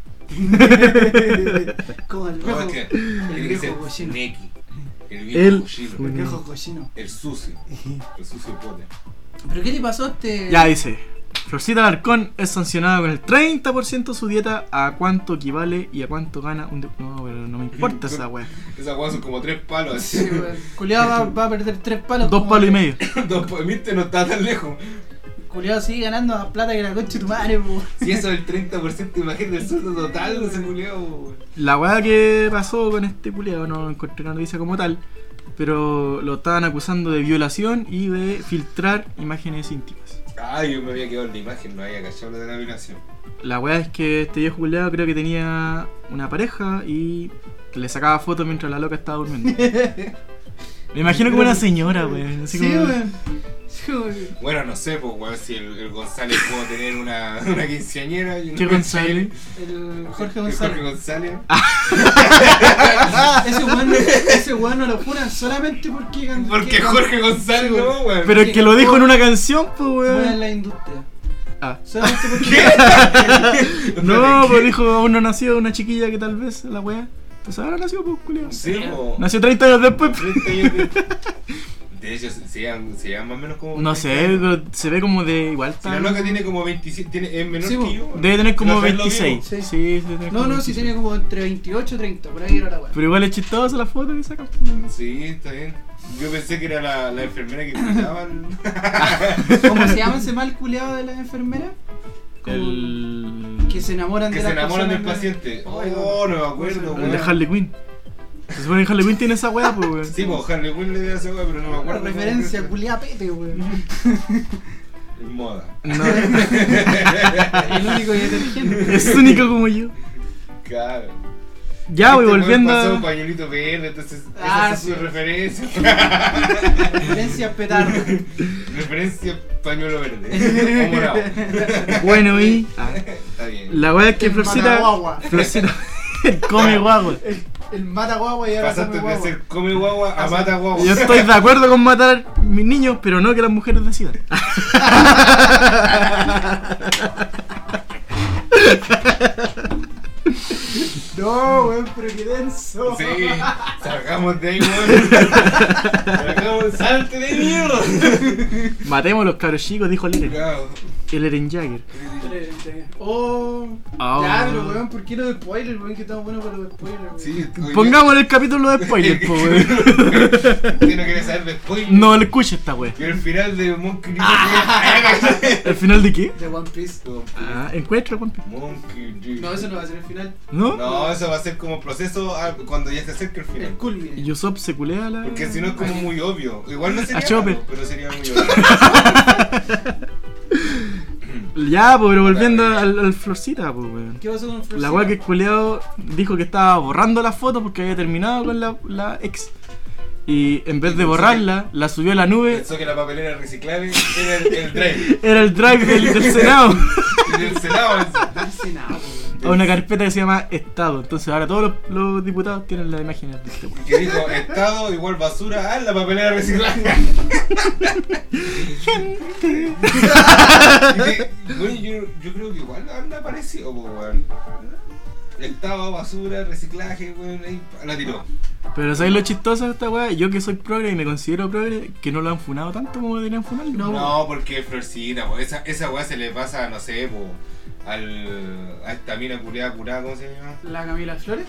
Speaker 3: Como el
Speaker 2: No,
Speaker 3: viejo.
Speaker 2: es que
Speaker 3: El
Speaker 2: tiene que
Speaker 3: viejo
Speaker 2: ser
Speaker 3: cochino.
Speaker 2: Neki. El
Speaker 1: El-
Speaker 2: viejo cochino.
Speaker 3: El viejo cochino.
Speaker 2: El sucio. El sucio pote.
Speaker 3: ¿Pero qué le pasó a este.?
Speaker 1: Ya dice. Florcita Alarcón es sancionada con el 30% de su dieta a cuánto equivale y a cuánto gana un... de- No, pero no me importa esa wea.
Speaker 2: Esas weas son como tres palos
Speaker 3: Sí,
Speaker 2: así.
Speaker 3: weón. Culeado va, va a perder tres palos.
Speaker 1: Dos
Speaker 3: como-
Speaker 1: palos y medio.
Speaker 2: Dos pa- Viste, <laughs> no está tan lejos.
Speaker 3: Culeado sigue ganando más plata que la concha de tu madre, po.
Speaker 2: Si eso es el 30%, imagínate el sueldo total de ese culiao, weón.
Speaker 1: La weá que pasó con este culiado, no encontré una noticia como tal, pero lo estaban acusando de violación y de filtrar imágenes íntimas.
Speaker 2: Ah, yo me había quedado en la imagen, no había cachado lo de la violación.
Speaker 1: La weá es que este viejo culiado creo que tenía una pareja y le sacaba fotos mientras la loca estaba durmiendo.
Speaker 3: <laughs>
Speaker 1: Me imagino como una señora, weón. así
Speaker 3: Sí,
Speaker 1: como-
Speaker 3: weón. Sí, weón.
Speaker 2: Bueno, no sé, pues, weón, si el, el González pudo tener una, <laughs> una quinceañera. y un-
Speaker 1: ¿Qué González? Ah,
Speaker 3: El Jorge
Speaker 2: El Jorge
Speaker 3: González. Ah,
Speaker 2: González.
Speaker 3: Ese weón, no- ese weón no lo funan solamente porque. can-
Speaker 2: Porque
Speaker 3: que-
Speaker 2: Jorge González,
Speaker 3: Sí, weón.
Speaker 2: no, weón.
Speaker 1: Pero es que lo dijo en una canción, pues
Speaker 3: Funan
Speaker 1: weón.
Speaker 3: la industria.
Speaker 1: Ah.
Speaker 3: Solamente
Speaker 2: <laughs>
Speaker 3: porque.
Speaker 1: <laughs> No, pues dijo, aún no nació una chiquilla que tal vez la weá. Pues ahora nació, pues culiado.
Speaker 2: Sí, po.
Speaker 1: Nació 30 años después. pues.
Speaker 2: 30 años de- De hecho, se se llaman, se llaman más o menos como.
Speaker 1: No
Speaker 2: 30
Speaker 1: sé,
Speaker 2: años.
Speaker 1: pero se ve como de igual
Speaker 2: Si la
Speaker 1: tan-
Speaker 2: loca tiene como 27, tiene, es menor
Speaker 3: Sí, po.
Speaker 2: que yo. weón.
Speaker 1: Debe tener como
Speaker 2: Pero es lo
Speaker 1: 26.
Speaker 3: mismo.
Speaker 1: Sí,
Speaker 3: Sí.
Speaker 1: sí, debe tener
Speaker 3: No, no,
Speaker 1: como
Speaker 3: si
Speaker 1: 26.
Speaker 3: tiene como entre 28 y 30, por ahí era la weá.
Speaker 1: Pero igual es chistosa la foto que sacan.
Speaker 2: mismo. Sí, está bien. Yo pensé que era la, la enfermera que cuidaba al-
Speaker 1: <laughs>
Speaker 3: ¿Cómo se llama ese mal culeado de las enfermeras? Como-
Speaker 1: El.
Speaker 3: Que se enamoran
Speaker 2: que
Speaker 3: de
Speaker 2: se
Speaker 3: las
Speaker 2: enamoran del
Speaker 3: personas, ¿no?
Speaker 2: paciente.
Speaker 3: Ay,
Speaker 2: Oh, no me acuerdo,
Speaker 1: El de
Speaker 2: weón.
Speaker 1: Harley Quinn. Se supone que Harley Quinn tiene esa weá, pues, weón.
Speaker 2: Sí, pues Harley Quinn le dio esa weá, pero no me
Speaker 3: Una
Speaker 2: acuerdo.
Speaker 3: referencia culiada pete, weón.
Speaker 2: Es moda.
Speaker 1: No,
Speaker 3: El único detergente.
Speaker 1: es único como yo.
Speaker 2: <laughs> Claro.
Speaker 1: Ya, voy
Speaker 2: Este weón
Speaker 1: volviendo.
Speaker 2: Pasó un pañuelito verde, entonces
Speaker 3: Ah,
Speaker 2: esa es su
Speaker 3: sí. <laughs>
Speaker 2: referencia.
Speaker 3: Referencia
Speaker 2: <laughs>
Speaker 3: petardo.
Speaker 2: referencia pañuelo
Speaker 3: <laughs>
Speaker 2: verde. O morado. pues.
Speaker 1: Bueno, y.
Speaker 2: Está bien.
Speaker 1: La weá es que
Speaker 3: El
Speaker 1: Florcita.
Speaker 3: mataguagua.
Speaker 1: Florcita. <laughs> come guagua.
Speaker 3: El, el mata guagua y ahora
Speaker 2: Pasaste
Speaker 3: come
Speaker 2: de
Speaker 3: guagua.
Speaker 2: ser come guagua a mata guagua.
Speaker 1: Yo estoy de acuerdo con matar a mis niños, pero no que las mujeres decidan. <laughs>
Speaker 3: No, weón, pero qué denso.
Speaker 2: Sí,
Speaker 1: <laughs>
Speaker 2: salgamos de ahí, weón. Salgamos, salte de mierda.
Speaker 1: Matemos a los cabros chicos, dijo el Eren.
Speaker 2: Claro.
Speaker 1: El Eren Jagger.
Speaker 3: Oh.
Speaker 1: Ah,
Speaker 3: Ya,
Speaker 1: bueno.
Speaker 3: pero weón, ¿por qué no de spoiler, weón? Que estamos buenos para los spoilers, weón.
Speaker 2: Sí, oye.
Speaker 1: Pongámosle el capítulo de
Speaker 2: <laughs>
Speaker 1: spoiler, po, weón.
Speaker 2: Usted no quiere saber después.
Speaker 1: No Ah, le escuche esta weá.
Speaker 2: Y el final de
Speaker 1: <laughs>
Speaker 2: Monkey D.
Speaker 1: ¿El final de qué?
Speaker 3: De One Piece.
Speaker 1: Ah, encuentro, Juan Pi-
Speaker 2: Monkey D.
Speaker 3: No, eso no va a ser el final.
Speaker 1: ¿No?
Speaker 2: No, eso va a ser como proceso a- cuando ya se acerca el
Speaker 3: El
Speaker 2: final.
Speaker 1: Y
Speaker 3: culmine.
Speaker 1: Usopp se culea a la.
Speaker 2: Porque si no es como muy obvio. Igual no
Speaker 1: A
Speaker 2: sería
Speaker 1: Chopper.
Speaker 2: malo, pero sería muy obvio.
Speaker 1: Ya, po, pero volviendo al, al Florcita, pues, weón.
Speaker 3: ¿Qué pasó con Florcita?
Speaker 1: La weá que el culeado dijo que estaba borrando las fotos porque había terminado con la, la ex. Y en vez de borrarla, la subió a la nube.
Speaker 2: Pensó que la papelera reciclable era el, el drive.
Speaker 1: Era el drive del,
Speaker 3: <laughs>
Speaker 1: del Senado.
Speaker 2: Y del Senado. el-
Speaker 3: No sé nada, weón.
Speaker 1: A una carpeta que se llama Estado. Entonces ahora todos los, los diputados tienen la imagen de este weón.
Speaker 2: Que dijo, Estado igual basura a la papelera <laughs> reciclable.
Speaker 1: Gente.
Speaker 2: Y- bueno, yo, yo creo que igual anda parecido, po, weón. Estaba basura, reciclaje, weón, ahí pa- la tiró.
Speaker 1: Pero ¿sabes lo chistoso de esta weá? Yo que soy progre y me considero progre, que no lo han funado tanto como deberían funarlo.
Speaker 3: No.
Speaker 2: No, porque Florcita, po, esa, esa weá se le pasa, no sé, po, al, a esta mina culiada curada, ¿cómo se llama?
Speaker 3: ¿La Camila Flores?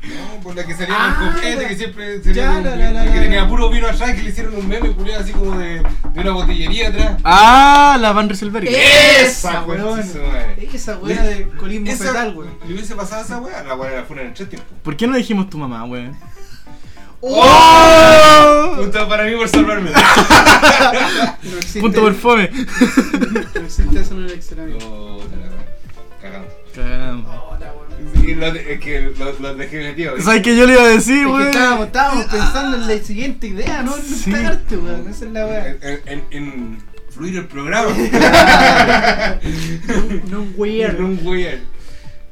Speaker 2: No, por la que salía
Speaker 3: Ah,
Speaker 2: con copete,
Speaker 3: la-
Speaker 2: que siempre salía
Speaker 3: ya,
Speaker 2: con-
Speaker 3: la- la- la-
Speaker 2: que
Speaker 3: la-
Speaker 2: tenía puro vino atrás, que le hicieron un meme culiado así como de, de una botillería atrás.
Speaker 1: Ah, la Van Rieselberg.
Speaker 2: ¡Esa, Ah, weón!
Speaker 3: Esa weá de colismo
Speaker 2: Esa-
Speaker 3: fetal, weón.
Speaker 2: Le hubiese pasado esa weá, la weá era fuera en tres tiempos.
Speaker 1: ¿Por qué no dijimos tu mamá, weón? ¡Oh!
Speaker 2: Punto para mí por salvarme.
Speaker 3: No existe-
Speaker 1: Punto por fome.
Speaker 3: No existe eso en el Excel, amigo.
Speaker 2: Cagamos.
Speaker 1: Cagamos.
Speaker 3: Hola, weón.
Speaker 2: Y lo- Es que los lo dejé metido.
Speaker 1: ¿Sabes qué yo le iba a decir,
Speaker 3: Es que
Speaker 1: weón? Ah.
Speaker 3: estábamos, estábamos pensando en la siguiente idea, no en
Speaker 1: Sí.
Speaker 3: cagarte, weón. Esa es la weá.
Speaker 2: En, en- en fluir el programa.
Speaker 3: No un
Speaker 2: En
Speaker 3: weird.
Speaker 2: un weird.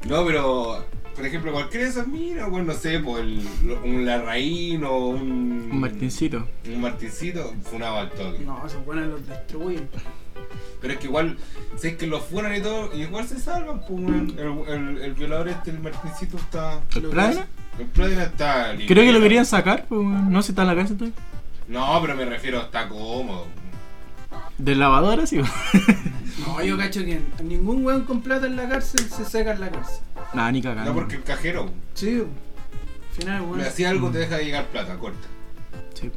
Speaker 2: No, pero. Por ejemplo, cualquiera de esas minas, bueno, no sé, por el, lo- un Larraín o un.
Speaker 1: Un martincito.
Speaker 2: Un Martincito, funaba al toque.
Speaker 3: No, esos buenos los destruyen.
Speaker 2: Pero es que igual, si es que los fueran y todo, igual se salvan, pues, weón. el, el, el violador este, el Martincito, está.
Speaker 1: ¿El Prada?
Speaker 2: El Pradena está libre.
Speaker 1: Creo que lo querían sacar, pues, weón. No, si está en la cárcel todavía.
Speaker 2: No, pero me refiero, está cómodo.
Speaker 1: ¿De lavadora, sí, weón? <laughs>
Speaker 3: No, yo cacho que ningún weón con plata en la cárcel se saca en la cárcel.
Speaker 1: Nah, ni cagando.
Speaker 2: No, porque el cajero,
Speaker 3: Sí, weón. Al final,
Speaker 2: me
Speaker 3: weón.
Speaker 2: hacía algo, te deja llegar plata, corta.
Speaker 1: Sí.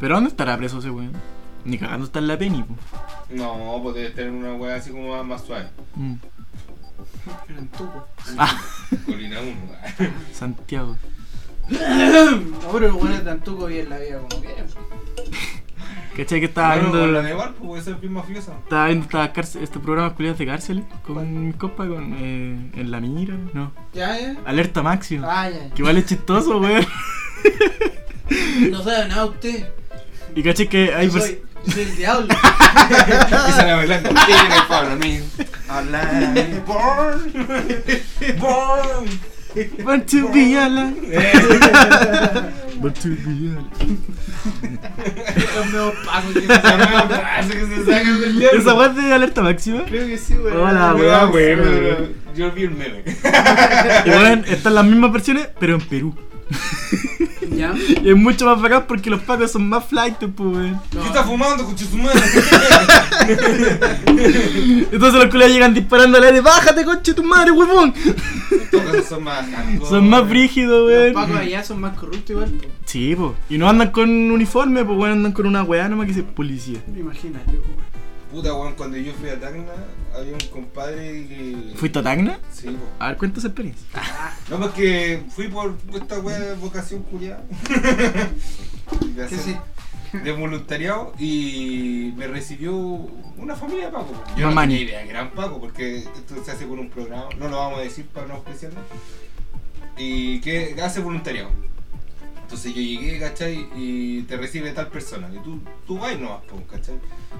Speaker 1: ¿Pero dónde estará preso ese weón? Ni cagando está en la peni, pues.
Speaker 2: No, pues debes tener una weá así como más, más suave.
Speaker 1: Mm.
Speaker 3: Eran tupos.
Speaker 2: Colina 1.
Speaker 1: Santiago.
Speaker 3: No, pero los weones tan tupos bien la vida como quieren.
Speaker 1: ¿Cachai que estaba
Speaker 2: Claro,
Speaker 1: viendo...
Speaker 2: con la de bar, pues puede ser bien mafiosa.
Speaker 1: Estaba viendo esta cárcel, este programa culiados de cárceles con mi compa con, eh, en la mira, no.
Speaker 3: ¿Ya, ya?
Speaker 1: Alerta Maxio.
Speaker 3: Ah, ya.
Speaker 1: Que vale chistoso, weón.
Speaker 3: No sabe nada usted.
Speaker 1: Y caché que hay
Speaker 3: Yo
Speaker 1: pers-
Speaker 3: soy, yo soy el diablo.
Speaker 2: Y sale bailando. Tiene Pablo, mío. Online. Born. <laughs> Born.
Speaker 1: <laughs> Want to be alive.
Speaker 2: Eh,
Speaker 1: Want to be alive.
Speaker 3: Los nuevos pasos que
Speaker 2: esa nueva frase que se saca del diablo.
Speaker 1: Esa weá de alerta máxima.
Speaker 3: Creo que sí, weón.
Speaker 1: Hola,
Speaker 2: Me
Speaker 1: weón.
Speaker 2: da Ah, bueno, weón. Yo vi el meme.
Speaker 1: Y weón, están las mismas versiones, pero en Perú.
Speaker 3: ¿Ya?
Speaker 1: Y es mucho más bacán porque los pacos son más flight, pues, weón.
Speaker 2: ¿Qué está fumando, conchetumare?
Speaker 1: Entonces los culiados llegan disparando al aire. ¡Bájate, conche tu madre, huevón!
Speaker 2: Son más hardcore,
Speaker 1: Son más
Speaker 2: weón.
Speaker 1: brígidos,
Speaker 3: Los
Speaker 1: weón.
Speaker 3: pacos allá son más corruptos igual, po.
Speaker 1: Sí, pues. Y no andan con uniforme, pues, weón. Andan con una weá nomás que dice policía.
Speaker 3: Imagínate, po.
Speaker 2: Puta, weón, cuando yo fui a Tacna, había un compadre que.
Speaker 1: ¿Fuiste a Tacna?
Speaker 2: Sí, po.
Speaker 1: A ver, cuenta esa experiencia.
Speaker 2: No, más que fui por esta weá de vocación culiada. de,
Speaker 3: Que
Speaker 2: hacer-
Speaker 3: sí.
Speaker 2: de voluntariado y me recibió una familia de Paco. Yo
Speaker 1: Mamá
Speaker 2: no
Speaker 1: ni.
Speaker 2: tenía idea que eran Paco porque esto se hace por un programa, no lo vamos a decir para no auspiciarnos. Y que hace voluntariado. Entonces yo llegué, ¿cachai? Y te recibe tal persona. Y tú, tú vas y no vas, po, ¿cachai?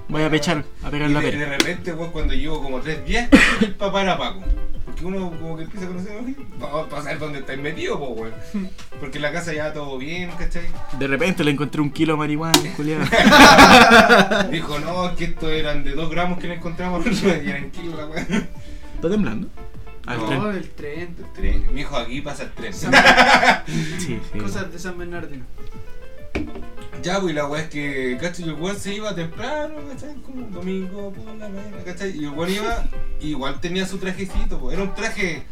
Speaker 1: Voy a pechar, a pegar
Speaker 2: Y
Speaker 1: la
Speaker 2: de,
Speaker 1: pera.
Speaker 2: de repente, weón, cuando llevo como tres días, <laughs> el papá era Paco. Porque uno como que empieza a conocer a vamos a saber dónde estáis metido, po, weón. Porque en la casa ya todo bien, ¿cachai?
Speaker 1: De repente le encontré un kilo de marihuana, culiado.
Speaker 2: Dijo, no, que estos eran de dos gramos que le encontramos <laughs> y eran kilos, la weón.
Speaker 1: ¿Está temblando? Al
Speaker 2: No.
Speaker 1: tren.
Speaker 3: Todo Oh, el tren.
Speaker 2: Tres. Mi hijo aquí pasa el tren.
Speaker 1: Sí, sí.
Speaker 3: Cosas de San Bernardino.
Speaker 2: Ya, pues, y la weá es que, ¿cachai? Y el weón se iba temprano, ¿cachai? Como un domingo, por la mañana, ¿cachai? Y el weón iba, y igual tenía su trajecito, pues. Era un traje.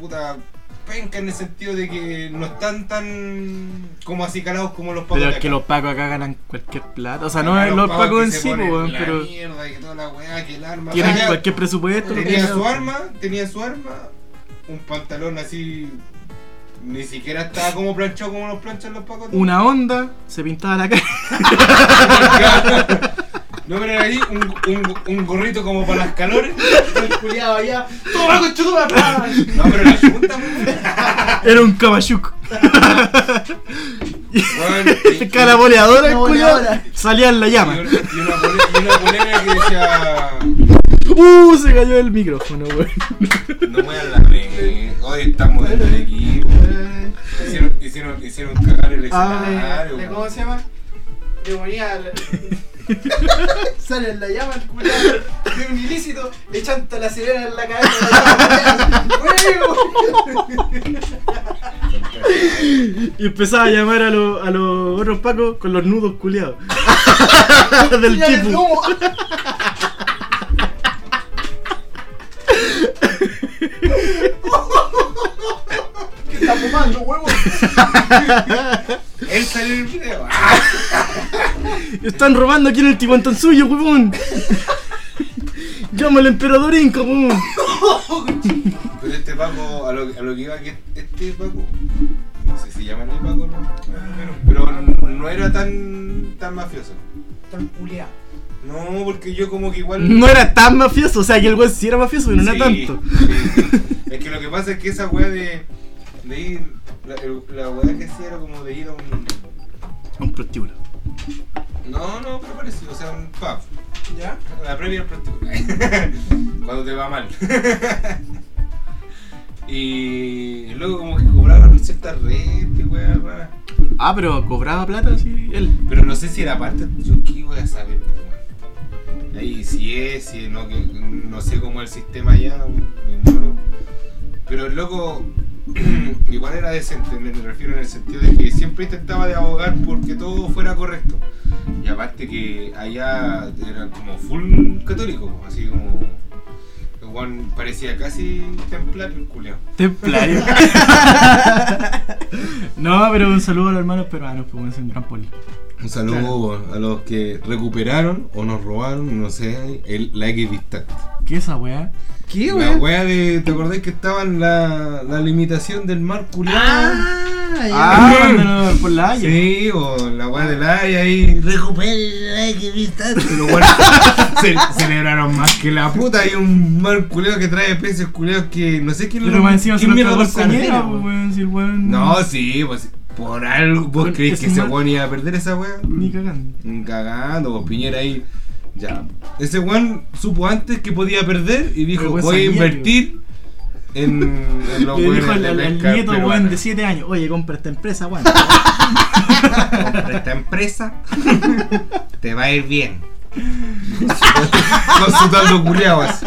Speaker 2: puta. penca en el sentido de que no están tan. como acicalados como los pacos.
Speaker 1: Pero
Speaker 2: de
Speaker 1: es que
Speaker 2: acá.
Speaker 1: los pacos acá ganan cualquier plata. O sea, no
Speaker 2: Acá
Speaker 1: es los
Speaker 2: pacos
Speaker 1: pacos
Speaker 2: que
Speaker 1: en
Speaker 2: se
Speaker 1: sí, po,
Speaker 2: ponen
Speaker 1: weón,
Speaker 2: la
Speaker 1: pero
Speaker 2: mierda, que toda la weá, que el arma.
Speaker 1: tienen
Speaker 2: O sea, ya
Speaker 1: cualquier presupuesto. lo que
Speaker 2: Tenía
Speaker 1: sea,
Speaker 2: su
Speaker 1: po.
Speaker 2: arma, tenía su arma, un pantalón así. Ni siquiera estaba como planchado como los planchan los pacos.
Speaker 1: Una onda, se pintaba la cara.
Speaker 2: <laughs> No, pero ahí un, un, un gorrito como para las calores.
Speaker 3: El culiado allá. ¡Toma, conchudo!
Speaker 2: No, pero la chuta, weón.
Speaker 1: Era un cabachuk.
Speaker 2: Weón, y-
Speaker 1: Este Cara boleadora, el
Speaker 3: Una
Speaker 1: culiao.
Speaker 3: boleadora.
Speaker 1: Salía en la
Speaker 2: y
Speaker 1: llama.
Speaker 2: una- y una polera- y una polera que decía.
Speaker 1: Uh, se cayó el micrófono, weón.
Speaker 2: No voy a la re. Hoy estamos dentro del equipo.
Speaker 3: Eh,
Speaker 2: Hicieron, hicieron, hicieron cagar el escenario.
Speaker 3: de,
Speaker 2: weón.
Speaker 3: ¿Cómo se llama? Le ponía. al- Sale en la llama el culiado de un ilícito, le chanta la sirena en la cabeza. ¡Huevo!
Speaker 1: Y empezaba a llamar a, los- a los otros pacos con los nudos
Speaker 3: <laughs>
Speaker 1: culiados. Del
Speaker 3: Mira el
Speaker 1: tipo.
Speaker 3: humo. ¿Qué está fumando, huevo?
Speaker 2: Él salió en el video.
Speaker 1: Están robando aquí en el tibantán suyo, weón. Llama al emperador Inca, weón.
Speaker 2: Pero este Paco, a lo, a lo que iba, que este Paco, no sé si llaman el Paco, ¿no? Pero, pero no era tan, tan mafioso.
Speaker 3: Tan culiado.
Speaker 2: No, porque yo como que igual...
Speaker 1: No era tan mafioso, o sea que el weón sí era mafioso, pero no era
Speaker 2: Sí,
Speaker 1: tanto.
Speaker 2: sí. Es que lo que pasa es que esa weá de, de ir, la, el- la weá que hacía era como de ir a un...
Speaker 1: Un prostíbulo.
Speaker 2: No, no, pero parecido, o sea, un pub.
Speaker 3: ¿Ya?
Speaker 2: La previa al prostíbulo. <laughs> Cuando te va mal. <laughs> y luego como que cobraban ciertas redes, weá, rara.
Speaker 1: Ah, pero cobraba plata, sí, él.
Speaker 2: Pero no sé si era parte, yo qué voy a saber, po, weón. Ahí si es, si no, que, no sé cómo es el sistema ya, weón, me muero. Pero el loco <clears throat> igual era decente, me refiero en el sentido de que siempre intentaba de abogar porque todo fuera correcto. Y aparte que allá era como full católico, po, así como... el weón parecía casi templario el culeo.
Speaker 1: Templario. <laughs> no, pero un saludo a los hermanos peruanos, pues es un gran poli.
Speaker 2: Un saludo a los que recuperaron o nos robaron, no sé, el, la X
Speaker 1: ¿Qué es esa weá?
Speaker 3: ¿Qué,
Speaker 2: La weá de. ¿Te acordás que estaban la, la limitación del mar culiado?
Speaker 3: Ah, ya.
Speaker 1: Ah, mándanos por la Haya.
Speaker 2: Sí, o la weá del ay ahí. Recupera que viste. Pero bueno, <laughs> ce- celebraron más que la puta. Hay un mar culiado que trae peces culiados que no sé quién
Speaker 1: Pero más encima se
Speaker 2: quién
Speaker 1: lo
Speaker 2: mierda
Speaker 1: entregó el
Speaker 2: los
Speaker 1: coñera,
Speaker 2: sardina,
Speaker 1: pues
Speaker 2: po.
Speaker 1: weón, si el weón.
Speaker 2: No, sí, pues por algo. ¿Vos
Speaker 1: Bueno,
Speaker 2: creéis
Speaker 1: es
Speaker 2: que
Speaker 1: un
Speaker 2: ese
Speaker 1: mar-
Speaker 2: weón iba a perder esa weá?
Speaker 1: Ni cagando.
Speaker 2: Mm, Cagando, pues Piñera ahí. Ya. Ese weón supo antes que podía perder y dijo,
Speaker 1: Pero, weón,
Speaker 2: voy a
Speaker 1: sabía,
Speaker 2: invertir en, en los
Speaker 1: Le dijo
Speaker 2: weones
Speaker 1: al,
Speaker 2: de
Speaker 1: al- al
Speaker 2: pesca
Speaker 1: nieto,
Speaker 2: peruana".
Speaker 1: weón, de 7 años, oye, compra esta empresa, weón. <laughs>
Speaker 2: Compra esta <laughs> empresa, te va a ir bien. Con su taldo culiao así.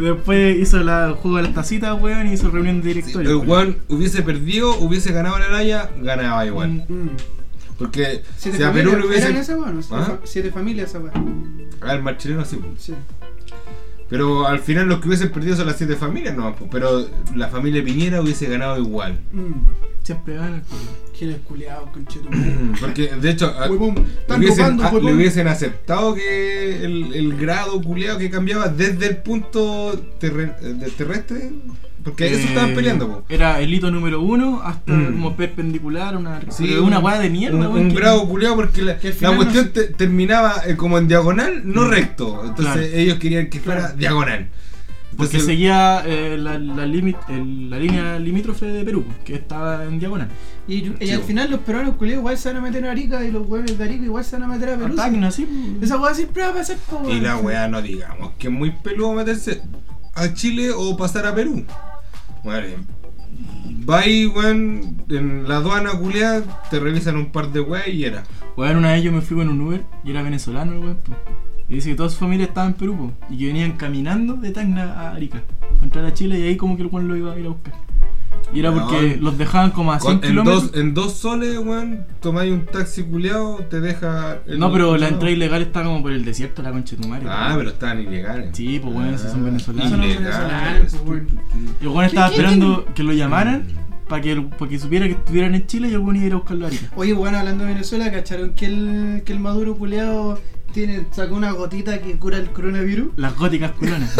Speaker 1: Después hizo la, el juego de las tacitas, weón, y hizo reunión de
Speaker 2: Si
Speaker 1: directorio.
Speaker 2: el
Speaker 1: weón.
Speaker 2: weón hubiese perdido, hubiese ganado la raya, ganaba igual. Porque
Speaker 3: Siete
Speaker 2: si a Perú
Speaker 3: familias.
Speaker 2: le
Speaker 3: ¿Eran
Speaker 2: hubiese.
Speaker 3: esas, weón? Siete
Speaker 2: ¿Ah?
Speaker 3: fa- Siete familias esa weón.
Speaker 2: Al mar chileno así. pues.
Speaker 3: Sí.
Speaker 2: Pero al final los que hubiesen perdido son las siete familias, no. pues, Pero la familia Piñera hubiese ganado igual.
Speaker 3: Mm.
Speaker 1: Siempre gana el culo.
Speaker 3: Giles culiados, conchetum.
Speaker 2: <clears throat> Porque de hecho. a-
Speaker 3: Huevón,
Speaker 2: Le
Speaker 3: están
Speaker 2: hubiesen,
Speaker 3: robando,
Speaker 2: a- le
Speaker 3: huevón.
Speaker 2: hubiesen aceptado que el, el grado culeado que cambiaba desde el punto terre- del terrestre, porque eso
Speaker 1: Eh,
Speaker 2: estaban peleando. po.
Speaker 1: Era el hito número uno hasta
Speaker 2: Mm.
Speaker 1: como perpendicular, una,
Speaker 2: Sí,
Speaker 1: pero una weá de mierda,
Speaker 2: Un,
Speaker 1: weón,
Speaker 2: un
Speaker 1: que-
Speaker 2: grado culeado porque la,
Speaker 3: que al
Speaker 2: la
Speaker 3: final
Speaker 2: cuestión
Speaker 3: no
Speaker 2: te- terminaba eh, como en diagonal, no
Speaker 1: Mm.
Speaker 2: recto. Entonces
Speaker 1: Claro.
Speaker 2: ellos querían que fuera
Speaker 3: Claro.
Speaker 2: diagonal.
Speaker 1: Porque
Speaker 2: Entonces-
Speaker 1: seguía eh, la, la, limit- el- la línea limítrofe de Perú, que estaba en diagonal.
Speaker 3: Y, y
Speaker 2: Sí,
Speaker 3: al
Speaker 2: weón.
Speaker 3: final los peruanos culiados igual se van a meter a Arica y los hueones de Arica igual se van a meter a
Speaker 2: Ah,
Speaker 3: Perú.
Speaker 1: Atacna, sí.
Speaker 2: Mm.
Speaker 3: Esa weá siempre va a pasar, po,
Speaker 2: y
Speaker 3: weón.
Speaker 2: la weá, no digamos que es muy peludo meterse a Chile o pasar a Perú. Bueno, va ahí, weón, en la aduana culeada, te revisan un par de weá y era.
Speaker 1: Weón, una vez yo me fui con un Uber y era venezolano el weón. po. Y dice que toda su familia estaba en Perú po, y que venían caminando de Tacna a Arica para entrar a Chile y ahí como que el weón lo iba a ir a buscar. Y era
Speaker 2: Weón.
Speaker 1: porque los dejaban como a 100
Speaker 2: Con- en,
Speaker 1: kilómetros.
Speaker 2: dos, en dos soles, weón, tomáis un taxi culeado, te deja. el-
Speaker 1: No, pero la entrada ilegal está como por el desierto, la concha de tu madre.
Speaker 2: Ah, pero estaban ilegales.
Speaker 1: Sí, pues, weón, si son
Speaker 2: Ah,
Speaker 1: venezolanos.
Speaker 3: Son los
Speaker 2: ilegales.
Speaker 3: venezolanos, pues, weón.
Speaker 1: Y el weón estaba
Speaker 3: ¿Qué- qué
Speaker 1: esperando que lo llamaran para que, el- pa' que supiera que estuvieran en Chile y el weón iba a ir a buscarlo a Arica.
Speaker 3: Oye, bueno, hablando de Venezuela, ¿cacharon que el, que el Maduro culeado tiene, sacó una gotita que cura el coronavirus? <laughs>
Speaker 1: Las góticas culonas.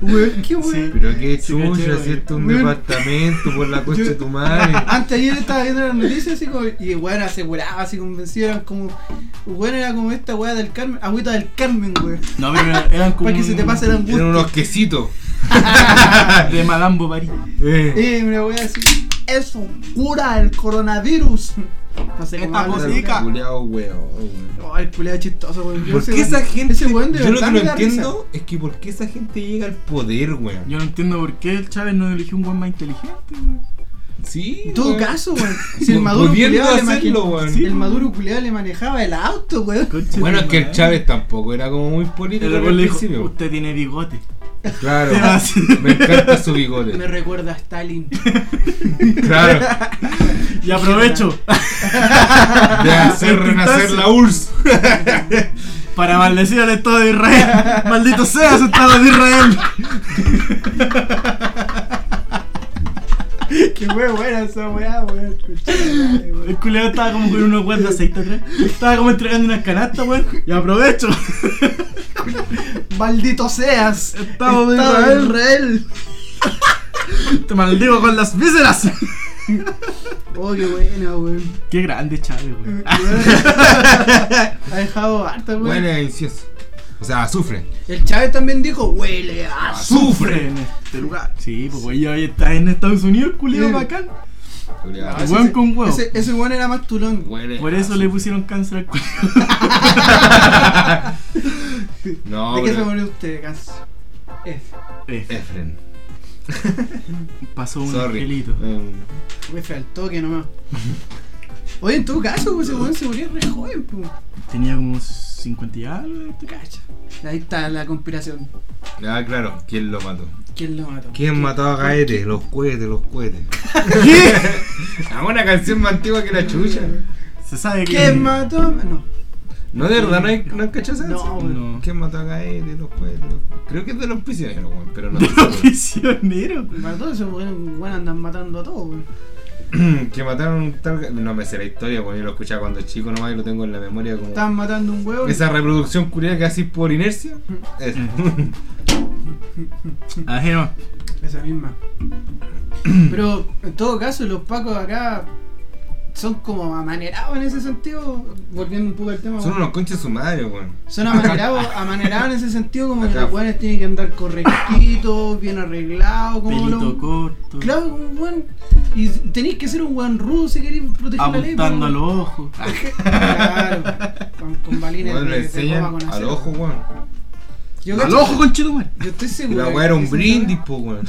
Speaker 3: Weón, qué weón.
Speaker 2: Pero qué
Speaker 1: Sí, caché,
Speaker 2: chucha,
Speaker 1: weón.
Speaker 2: si esto es un
Speaker 3: Weón.
Speaker 2: departamento por la coche de
Speaker 3: Yo-
Speaker 2: tu
Speaker 1: <laughs>
Speaker 2: madre.
Speaker 3: Antes ayer estaba viendo las noticias así como, y weón aseguraba, así convencido, eran como, weón era como esta weá del Carmen, agüita del Carmen, weón.
Speaker 1: No, pero era- eran como.
Speaker 3: Para que se te pase la angustia.
Speaker 2: Tienen unos quesitos.
Speaker 1: Ah, De Madame Bovary.
Speaker 2: Eh.
Speaker 3: Eh, una weá así. Eso cura el coronavirus. <laughs> No sé cómo
Speaker 1: Esta
Speaker 3: hablan.
Speaker 1: cosica.
Speaker 2: Culeado, weón.
Speaker 3: Oh, el culiao chistoso, weón. Yo
Speaker 2: ¿Por
Speaker 3: ese
Speaker 2: qué
Speaker 3: weón-
Speaker 2: esa gente.?
Speaker 3: Ese weón de
Speaker 2: yo lo
Speaker 3: verdad
Speaker 2: que
Speaker 3: me
Speaker 2: no
Speaker 3: da
Speaker 2: entiendo es que por qué esa gente llega al poder, weón.
Speaker 1: Yo no entiendo por qué el Chávez no eligió un weón más inteligente. weón.
Speaker 2: Sí.
Speaker 3: En todo
Speaker 2: weón.
Speaker 3: caso, weón. Si el
Speaker 2: Pu-
Speaker 3: Maduro
Speaker 2: pudiendo
Speaker 3: culiao le,
Speaker 2: hacerlo,
Speaker 3: maquin-
Speaker 2: weón.
Speaker 3: si el Maduro culiao le manejaba el auto, weón.
Speaker 1: Concha
Speaker 2: Bueno, es
Speaker 1: de
Speaker 2: que el
Speaker 1: madre.
Speaker 2: Chávez tampoco era como muy político.
Speaker 1: El
Speaker 2: al
Speaker 1: weón le dijo:
Speaker 2: principio.
Speaker 1: Usted tiene bigote.
Speaker 2: Claro.
Speaker 1: <laughs> Te vas.
Speaker 2: Me encanta su bigote.
Speaker 3: Me recuerda a Stalin.
Speaker 2: Claro.
Speaker 1: Y aprovecho
Speaker 2: De hacer renacer la URSS.
Speaker 1: para maldecir al Estado de Israel.
Speaker 3: <laughs>
Speaker 1: Maldito seas, Estado de Israel.
Speaker 3: qué weón buena esa weá, weón. Conchetumare,
Speaker 1: El
Speaker 3: weón.
Speaker 1: culero estaba como con unos weón de aceite atrás. Estaba como entregando unas canastas, weón. Y aprovecho.
Speaker 3: Maldito seas.
Speaker 1: Estado de
Speaker 3: Estado
Speaker 1: Israel.
Speaker 3: Israel.
Speaker 1: Te maldigo con las vísceras.
Speaker 3: Oh, qué buena, weón.
Speaker 1: Qué grande Chávez, weón.
Speaker 3: Ha dejado harta, weón.
Speaker 2: Huele a incienso. O sea, azufre.
Speaker 3: El Chávez también dijo, huele a
Speaker 1: Sufre en este lugar. Sí, pues weón, ya está en Estados Unidos, culero
Speaker 3: Sí.
Speaker 1: bacán.
Speaker 3: No,
Speaker 1: El weón con huevo.
Speaker 3: Ese, ese weón era más tulón.
Speaker 2: Huele
Speaker 1: Por
Speaker 2: a
Speaker 1: eso le pusieron cáncer al culero.
Speaker 2: azufre. No,
Speaker 3: ¿De qué se
Speaker 2: pero-
Speaker 3: murió usted, Cas? F.
Speaker 1: Eh,
Speaker 2: Efren.
Speaker 1: pasó un
Speaker 2: Sorry.
Speaker 1: angelito.
Speaker 2: Eh,
Speaker 3: F al toque nomás. Oye, en todo caso, pues, ese weón se murió re joven, po.
Speaker 1: Tenía como 50 y algo.
Speaker 3: Cacha. Ahí está la conspiración.
Speaker 2: Ah, claro. ¿Quién lo mató?
Speaker 3: ¿Quién lo mató?
Speaker 2: ¿Quién mató a Gaete? Los cohetes, los <laughs> cohetes. Ah, una canción más antigua que la chucha.
Speaker 1: Se sabe que.
Speaker 3: ¿Quién mató? a- No.
Speaker 2: No, de verdad, no hay, no hay cachado esa
Speaker 3: No,
Speaker 2: canción?
Speaker 1: weón.
Speaker 2: ¿Quién mató a Gaete? Los cohetes, los cohetes. Creo que es de los prisioneros, weón, pero <laughs> no.
Speaker 1: <laughs> De
Speaker 2: estoy
Speaker 1: los
Speaker 2: seguro.
Speaker 1: prisioneros.
Speaker 3: Mató a ese weón, weón andan matando a todos, weón.
Speaker 2: que mataron un tal. No me sé la historia, porque yo lo escuchaba cuando chico nomás y lo tengo en la memoria como.
Speaker 3: Estaban matando un huevo.
Speaker 2: Esa reproducción curia que haces por inercia. Eso.
Speaker 1: Ajeno.
Speaker 3: Esa misma. Pero en todo caso, los pacos acá son como amanerados en ese sentido. Volviendo un poco al tema.
Speaker 2: Son unos conches su madre, weón.
Speaker 3: Son amanerados, amanerados en ese sentido, como que
Speaker 2: Acá.
Speaker 3: los buenos tienen que andar correctitos, bien arreglados, como
Speaker 1: Pelito
Speaker 3: los-
Speaker 1: corto.
Speaker 3: Claro, como un buen. Y tenéis que ser un buen rudo si queréis proteger
Speaker 1: Apuntando
Speaker 3: la
Speaker 1: a
Speaker 3: ley.
Speaker 1: los ojos. <laughs>
Speaker 3: pues, weón. Claro, con, con balines
Speaker 2: Weón, le
Speaker 3: de- de goma
Speaker 2: enseñan
Speaker 3: con
Speaker 2: al
Speaker 3: acero.
Speaker 2: ojo, weón.
Speaker 3: Yo,
Speaker 1: Al
Speaker 3: cacho-
Speaker 1: ojo, conchito, weón.
Speaker 3: yo estoy
Speaker 2: Y
Speaker 3: seguro.
Speaker 2: la <laughs>
Speaker 3: que
Speaker 2: weá era un
Speaker 3: esa-
Speaker 2: brindis, po, weón.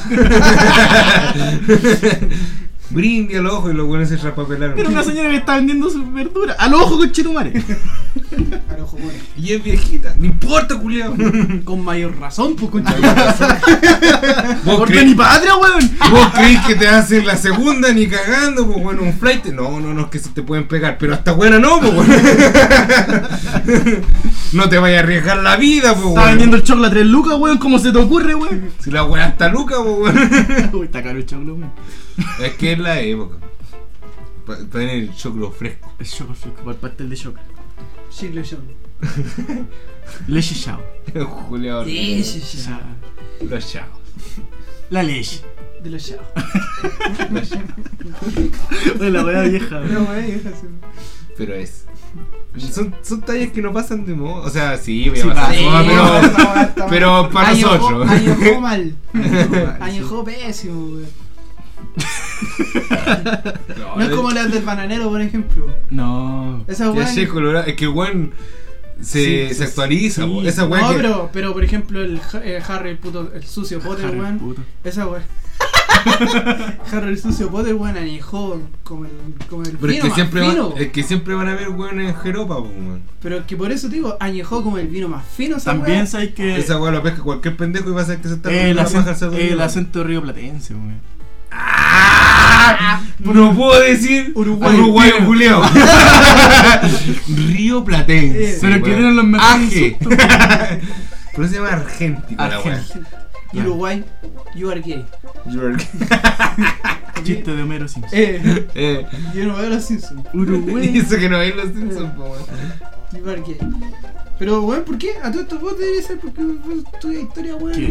Speaker 2: brindis al ojo y los buenos se rapapelaron.
Speaker 1: Era una señora que está vendiendo sus verduras. ¡Al ojo, conchetumare!
Speaker 3: A los jugones.
Speaker 2: Y es viejita. No importa, <laughs> culiao.
Speaker 3: Con mayor razón, pues, concha.
Speaker 2: ¿Vos,
Speaker 1: ¡Porque
Speaker 2: creí-
Speaker 1: mi patria, weón!
Speaker 2: vos creís que te hacen la segunda ni cagando, pues bueno, un flight. No, no, no, es que se te pueden pegar, pero hasta buena no, pues bueno. <laughs> No te vayas a arriesgar la vida, pues
Speaker 1: Está
Speaker 2: bueno.
Speaker 1: vendiendo el choclo a 3 lucas, weón. ¿Cómo se te ocurre, weón?
Speaker 2: Si la weá está luca, pues bueno.
Speaker 1: Uy, está caro el choclo, weón.
Speaker 2: Es que es la época. Para tener el choclo <laughs> fresco.
Speaker 1: El choclo fresco, para el pastel de choclo.
Speaker 3: Chicle yo.
Speaker 1: Leche chao.
Speaker 2: Juliado.
Speaker 3: De
Speaker 1: Ya.
Speaker 2: Los chavos.
Speaker 1: La leche.
Speaker 3: los chavos.
Speaker 2: Los chavos.
Speaker 1: <laughs> Oye, la
Speaker 2: <laughs>
Speaker 1: weá vieja,
Speaker 3: No,
Speaker 1: <laughs> weón.
Speaker 3: güey, es así.
Speaker 2: Pero es. Son, son tallas que no pasan de moda. O sea, sí, voy a
Speaker 1: Sí,
Speaker 3: Ah,
Speaker 2: pasar de
Speaker 1: sí,
Speaker 2: moda,
Speaker 3: esta
Speaker 2: pero.
Speaker 3: weá está mal.
Speaker 2: pero para
Speaker 3: Añejó-
Speaker 2: nosotros. <laughs>
Speaker 3: Añejó mal. Añejó pésimo, güey. No es como las del bananero, por ejemplo.
Speaker 1: No.
Speaker 3: Esa
Speaker 2: Ya
Speaker 3: weá.
Speaker 2: sé, colorado. Es que el weón se,
Speaker 1: Sí,
Speaker 2: se
Speaker 1: sí,
Speaker 2: actualiza,
Speaker 1: sí.
Speaker 2: po. Esa weá
Speaker 3: No,
Speaker 2: que.
Speaker 3: pero, pero por ejemplo, el, Ja- eh, Harry, el puto, el sucio Potter,
Speaker 1: Harry,
Speaker 3: weón.
Speaker 1: puta.
Speaker 3: Esa
Speaker 1: <laughs>
Speaker 3: weá. Harry, el sucio Potter, weón, añejó como el, como el
Speaker 2: pero es
Speaker 3: vino
Speaker 2: que,
Speaker 3: más
Speaker 2: siempre
Speaker 3: fino.
Speaker 2: van, es que siempre van a haber weones en jeropa, po, weón.
Speaker 3: Pero es que por eso te digo, añejó como el vino más fino, esa
Speaker 1: También
Speaker 3: weá.
Speaker 1: sabes que.
Speaker 2: Esa weá la pesca cualquier pendejo y va a ser que se está
Speaker 1: eh, el,
Speaker 2: la paja al
Speaker 1: acento,
Speaker 2: cerdo.
Speaker 1: eh, el acento río platense, weón.
Speaker 2: ¡Ah! No
Speaker 3: Mm.
Speaker 2: puedo decir
Speaker 1: Uruguay.
Speaker 2: uruguayo
Speaker 3: <laughs>
Speaker 2: Julio. Río Platense.
Speaker 3: Eh,
Speaker 1: pero
Speaker 2: weón.
Speaker 1: que tienen los mejores
Speaker 3: Ah,
Speaker 2: Aje.
Speaker 1: insultos.
Speaker 2: <laughs> Pero se llama argentino la weá.
Speaker 1: Argentino.
Speaker 3: Y
Speaker 1: Ah.
Speaker 3: Uruguay, you are gay.
Speaker 1: Chiste de Homero Simpson.
Speaker 3: Eh,
Speaker 2: Ah, Eh,
Speaker 3: <laughs> yo no veo los Simpsons.
Speaker 2: y
Speaker 3: <laughs>
Speaker 2: eso que no hay los Simpsons, po, weón.
Speaker 3: You are gay. Pero, weón, ¿por qué? A todo esto vos deberías ser porque vos estudias historia, weón.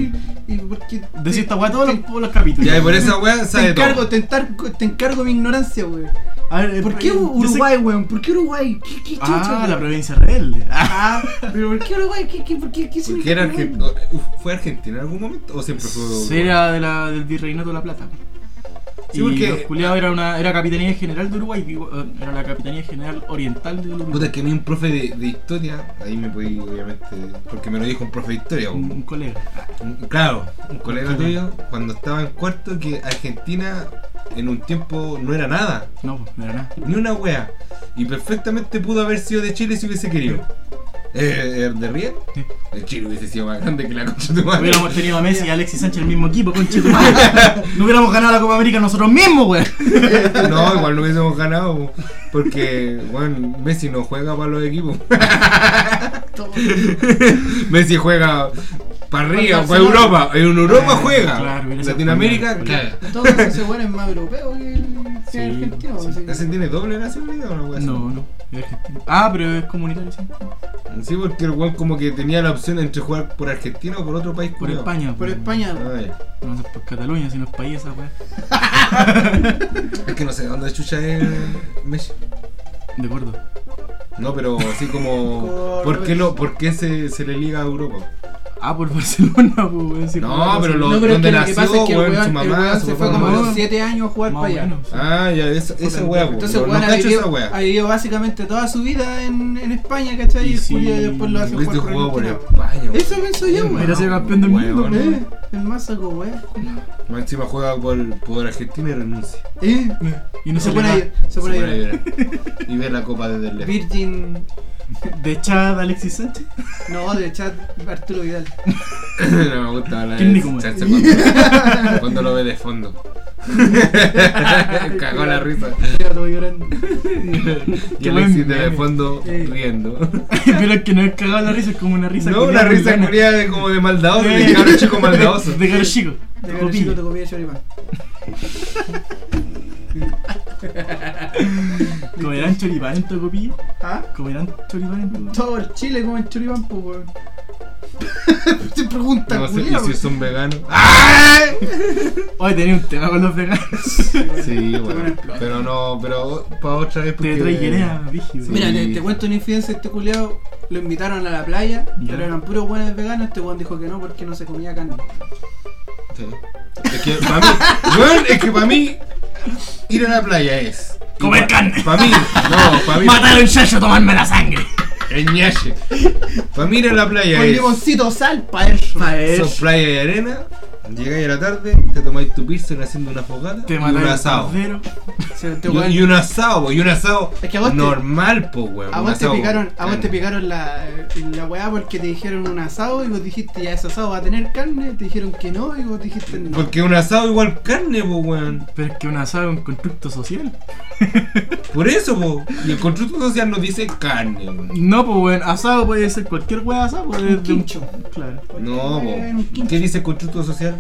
Speaker 3: Y, y porque.
Speaker 1: Decís esta weá todos
Speaker 3: te,
Speaker 1: los, todos los capítulos.
Speaker 2: Ya, y por esa weá
Speaker 3: te
Speaker 2: sabe
Speaker 3: encargo,
Speaker 2: todo.
Speaker 3: te, encargo, te encargo mi ignorancia, weón.
Speaker 1: A ver, eh,
Speaker 3: ¿Por qué
Speaker 1: yo sé-
Speaker 3: Uruguay, weón? ¿Por qué Uruguay? ¿Qué, qué chucha,
Speaker 1: Ah, la
Speaker 3: weón?
Speaker 1: provincia rebelde. Ah,
Speaker 3: Ah, pero ¿por qué Uruguay? ¿Qué, qué, por qué, qué
Speaker 2: Porque era
Speaker 3: Uruguay?
Speaker 2: argentino. Uf, ¿Fue argentino en algún momento? ¿O siempre fue Uruguay?
Speaker 1: Era de la, del virreinato de la Plata.
Speaker 2: Sí,
Speaker 1: y
Speaker 2: porque-
Speaker 1: los culiados era una era capitanía general de Uruguay, digo, eh, era la capitanía general oriental de Uruguay.
Speaker 2: Puta, que a mí un profe de, de historia, ahí me podí, obviamente, porque me lo dijo un profe de historia. po.
Speaker 1: un,
Speaker 3: Mm.
Speaker 1: un colega.
Speaker 2: Un- Claro, un colega
Speaker 1: Claro.
Speaker 2: tuyo, cuando estaba en cuarto, que Argentina en un tiempo no era nada,
Speaker 1: No, pues, no era nada.
Speaker 2: ni una wea. Y perfectamente pudo haber sido de Chile si hubiese querido. Eh, eh, ¿De Riel?
Speaker 1: Sí.
Speaker 2: El Chile hubiese sido más grande que la concha de tu madre.
Speaker 1: <laughs> Hubiéramos tenido a Messi y a Alexis Sánchez el mismo equipo, conche tu madre.
Speaker 2: <laughs>
Speaker 1: No hubiéramos ganado la Copa América nosotros mismos, weón.
Speaker 2: No, igual no hubiésemos ganado, po, porque, bueno, Messi no juega para los equipos. <laughs>
Speaker 3: Todo.
Speaker 2: Messi juega para arriba,
Speaker 3: Para
Speaker 2: para
Speaker 3: Barcelona.
Speaker 2: Europa. En Europa
Speaker 1: Ah,
Speaker 2: juega.
Speaker 1: claro, hubiera sido
Speaker 2: Latinoamérica,
Speaker 1: genial,
Speaker 2: caga.
Speaker 3: Entonces ese weón es más europeo que el que
Speaker 1: Sí,
Speaker 3: el argentino.
Speaker 1: sí.
Speaker 3: así que-
Speaker 2: ¿Ese tiene doble nacionalidad o no, weón?
Speaker 1: No, no. es argentino. Ah, pero es comunitario, sí.
Speaker 2: Sí, porque el weón como que tenía la opción entre jugar por Argentina o por otro país.
Speaker 1: Por
Speaker 2: culiao.
Speaker 1: España.
Speaker 3: Por
Speaker 1: pues.
Speaker 3: España.
Speaker 2: Ah, ya.
Speaker 1: No sé, por Cataluña, sino es país esa weá.
Speaker 2: Es que no sé dónde chucha es Messi.
Speaker 1: De acuerdo.
Speaker 2: No, pero así como.
Speaker 3: Por-
Speaker 2: ¿Por qué, lo, por qué se, se le liga a Europa?
Speaker 1: Ah, por <laughs> Barcelona, pues, weón. sí, por
Speaker 2: No,
Speaker 1: Barcelona.
Speaker 2: pero lo,
Speaker 3: No, pero es
Speaker 2: donde
Speaker 3: que lo que
Speaker 2: nació,
Speaker 3: pasa es que el
Speaker 2: weón,
Speaker 3: weón-
Speaker 2: su
Speaker 3: el
Speaker 2: mamá,
Speaker 3: weón
Speaker 2: su
Speaker 3: se fue
Speaker 2: papá,
Speaker 3: como a
Speaker 2: weón.
Speaker 3: los 7 años a jugar
Speaker 1: Más
Speaker 3: para
Speaker 1: o
Speaker 3: allá.
Speaker 1: menos, sí.
Speaker 2: Ah, ya, esa, esa
Speaker 1: Puta,
Speaker 2: weá,
Speaker 3: Entonces,
Speaker 2: weón.
Speaker 3: weón,
Speaker 2: No
Speaker 3: ha
Speaker 2: cacho esa
Speaker 3: vivido,
Speaker 2: weá.
Speaker 3: ha vivido básicamente toda su vida en, en España, ¿cachai?
Speaker 1: Y
Speaker 3: Y, el
Speaker 1: sí,
Speaker 3: Julio después lo hace
Speaker 2: Messi
Speaker 3: jugar
Speaker 2: jugó
Speaker 3: por
Speaker 2: por
Speaker 3: Argentina.
Speaker 2: España, weón.
Speaker 3: Eso pienso yo, weón.
Speaker 1: Hubiera sido campeón del
Speaker 2: Weón.
Speaker 1: mundo,
Speaker 3: Eh, el más saco, weón.
Speaker 2: Más Encima juega por, por Argentina y renuncia.
Speaker 3: Eh,
Speaker 2: Ah.
Speaker 1: Y no
Speaker 3: se
Speaker 1: se
Speaker 3: pone
Speaker 1: puede
Speaker 3: ahí, se pone
Speaker 2: Se pone a
Speaker 3: ahí.
Speaker 2: llorar. Y ve la copa desde el lejos.
Speaker 3: Virgin,
Speaker 1: De Chad, Alexis Sánchez.
Speaker 3: no, de chat, Arturo Vidal.
Speaker 2: <laughs> no me gusta hablar
Speaker 1: ¿Quién ni cómo
Speaker 2: de
Speaker 1: es?
Speaker 2: Chacha
Speaker 1: <laughs>
Speaker 2: cuando, cuando lo ve de fondo. Cagó la risa.
Speaker 3: Ya todo llorando.
Speaker 2: <laughs> Y
Speaker 1: <laughs> Qué
Speaker 2: Alexis
Speaker 1: buen
Speaker 2: de, de
Speaker 1: meme.
Speaker 2: fondo
Speaker 3: Eh.
Speaker 2: riendo.
Speaker 1: <laughs> pero es que no es cagado la risa, es como una risa
Speaker 2: No, una
Speaker 1: culiada
Speaker 2: risa
Speaker 1: mundana.
Speaker 2: curia de como de maldadoso,
Speaker 1: Eh.
Speaker 2: de cabrón
Speaker 1: <laughs>
Speaker 2: chico maldadoso.
Speaker 1: De caro chico.
Speaker 3: De
Speaker 1: De
Speaker 3: que el chico te
Speaker 1: copillo.
Speaker 3: copia choripán.
Speaker 1: ¿Comerán choripán en tu copillo?
Speaker 3: ¿Ah?
Speaker 1: ¿Comerán choripán en tu
Speaker 3: Todo el Chile come choripán, pues, weón. <laughs> Te preguntan,
Speaker 2: No sé, y
Speaker 3: culiao.
Speaker 2: si son veganos. <laughs> ¡Ay!
Speaker 1: Hoy tenía un tema con
Speaker 2: <laughs>
Speaker 1: los veganos.
Speaker 2: Sí, bueno.
Speaker 3: explota.
Speaker 2: Pero no, pero para otra vez.
Speaker 1: Te
Speaker 2: porque-
Speaker 1: traicionea, rígido.
Speaker 2: Sí.
Speaker 3: Mira, te, te cuento una infidencia, este culiao lo invitaron a la playa,
Speaker 1: Ya.
Speaker 3: pero eran puros buenos veganos, este weón dijo que no porque no se comía carne.
Speaker 2: Sí. Es que para mí, weón, es que para mí, ir a la playa es.
Speaker 1: Comer carne.
Speaker 2: Para mí, no, para mí.
Speaker 1: <laughs> Matar a un chacho, tomarme la sangre.
Speaker 2: <laughs> El ñache. Para mí ir a la playa
Speaker 3: Con
Speaker 2: es.
Speaker 3: limoncito sal pa' eso.
Speaker 1: Pa' eso.
Speaker 2: Son playa y arena Llegáis a la tarde, te tomáis tu pilsen haciendo una fogata
Speaker 1: Te
Speaker 2: y un
Speaker 1: mataron el
Speaker 2: asado.
Speaker 1: cordero.
Speaker 3: Se- este
Speaker 2: Y,
Speaker 3: weón-
Speaker 2: y un asado, po, y un asado
Speaker 3: Es que a vos te-
Speaker 2: normal, po, weón.
Speaker 3: A
Speaker 2: un
Speaker 3: vos te
Speaker 2: asado
Speaker 3: picaron, a vos
Speaker 2: con
Speaker 3: te picaron la, eh, la weá porque te dijeron un asado y vos dijiste ya ese asado va a tener carne, te dijeron que no y vos dijiste
Speaker 2: carne.
Speaker 3: no.
Speaker 2: Porque un asado igual carne, po, weón.
Speaker 1: Pero es que un asado es un constructo social.
Speaker 2: Por eso, po. Y el constructo social nos dice carne, weón.
Speaker 1: No, pues weón, asado puede ser cualquier weá de asado, puede ser de un
Speaker 3: quincho.
Speaker 1: Claro.
Speaker 2: No,
Speaker 3: Un
Speaker 2: po.
Speaker 3: quincho.
Speaker 2: ¿Qué dice el constructo social?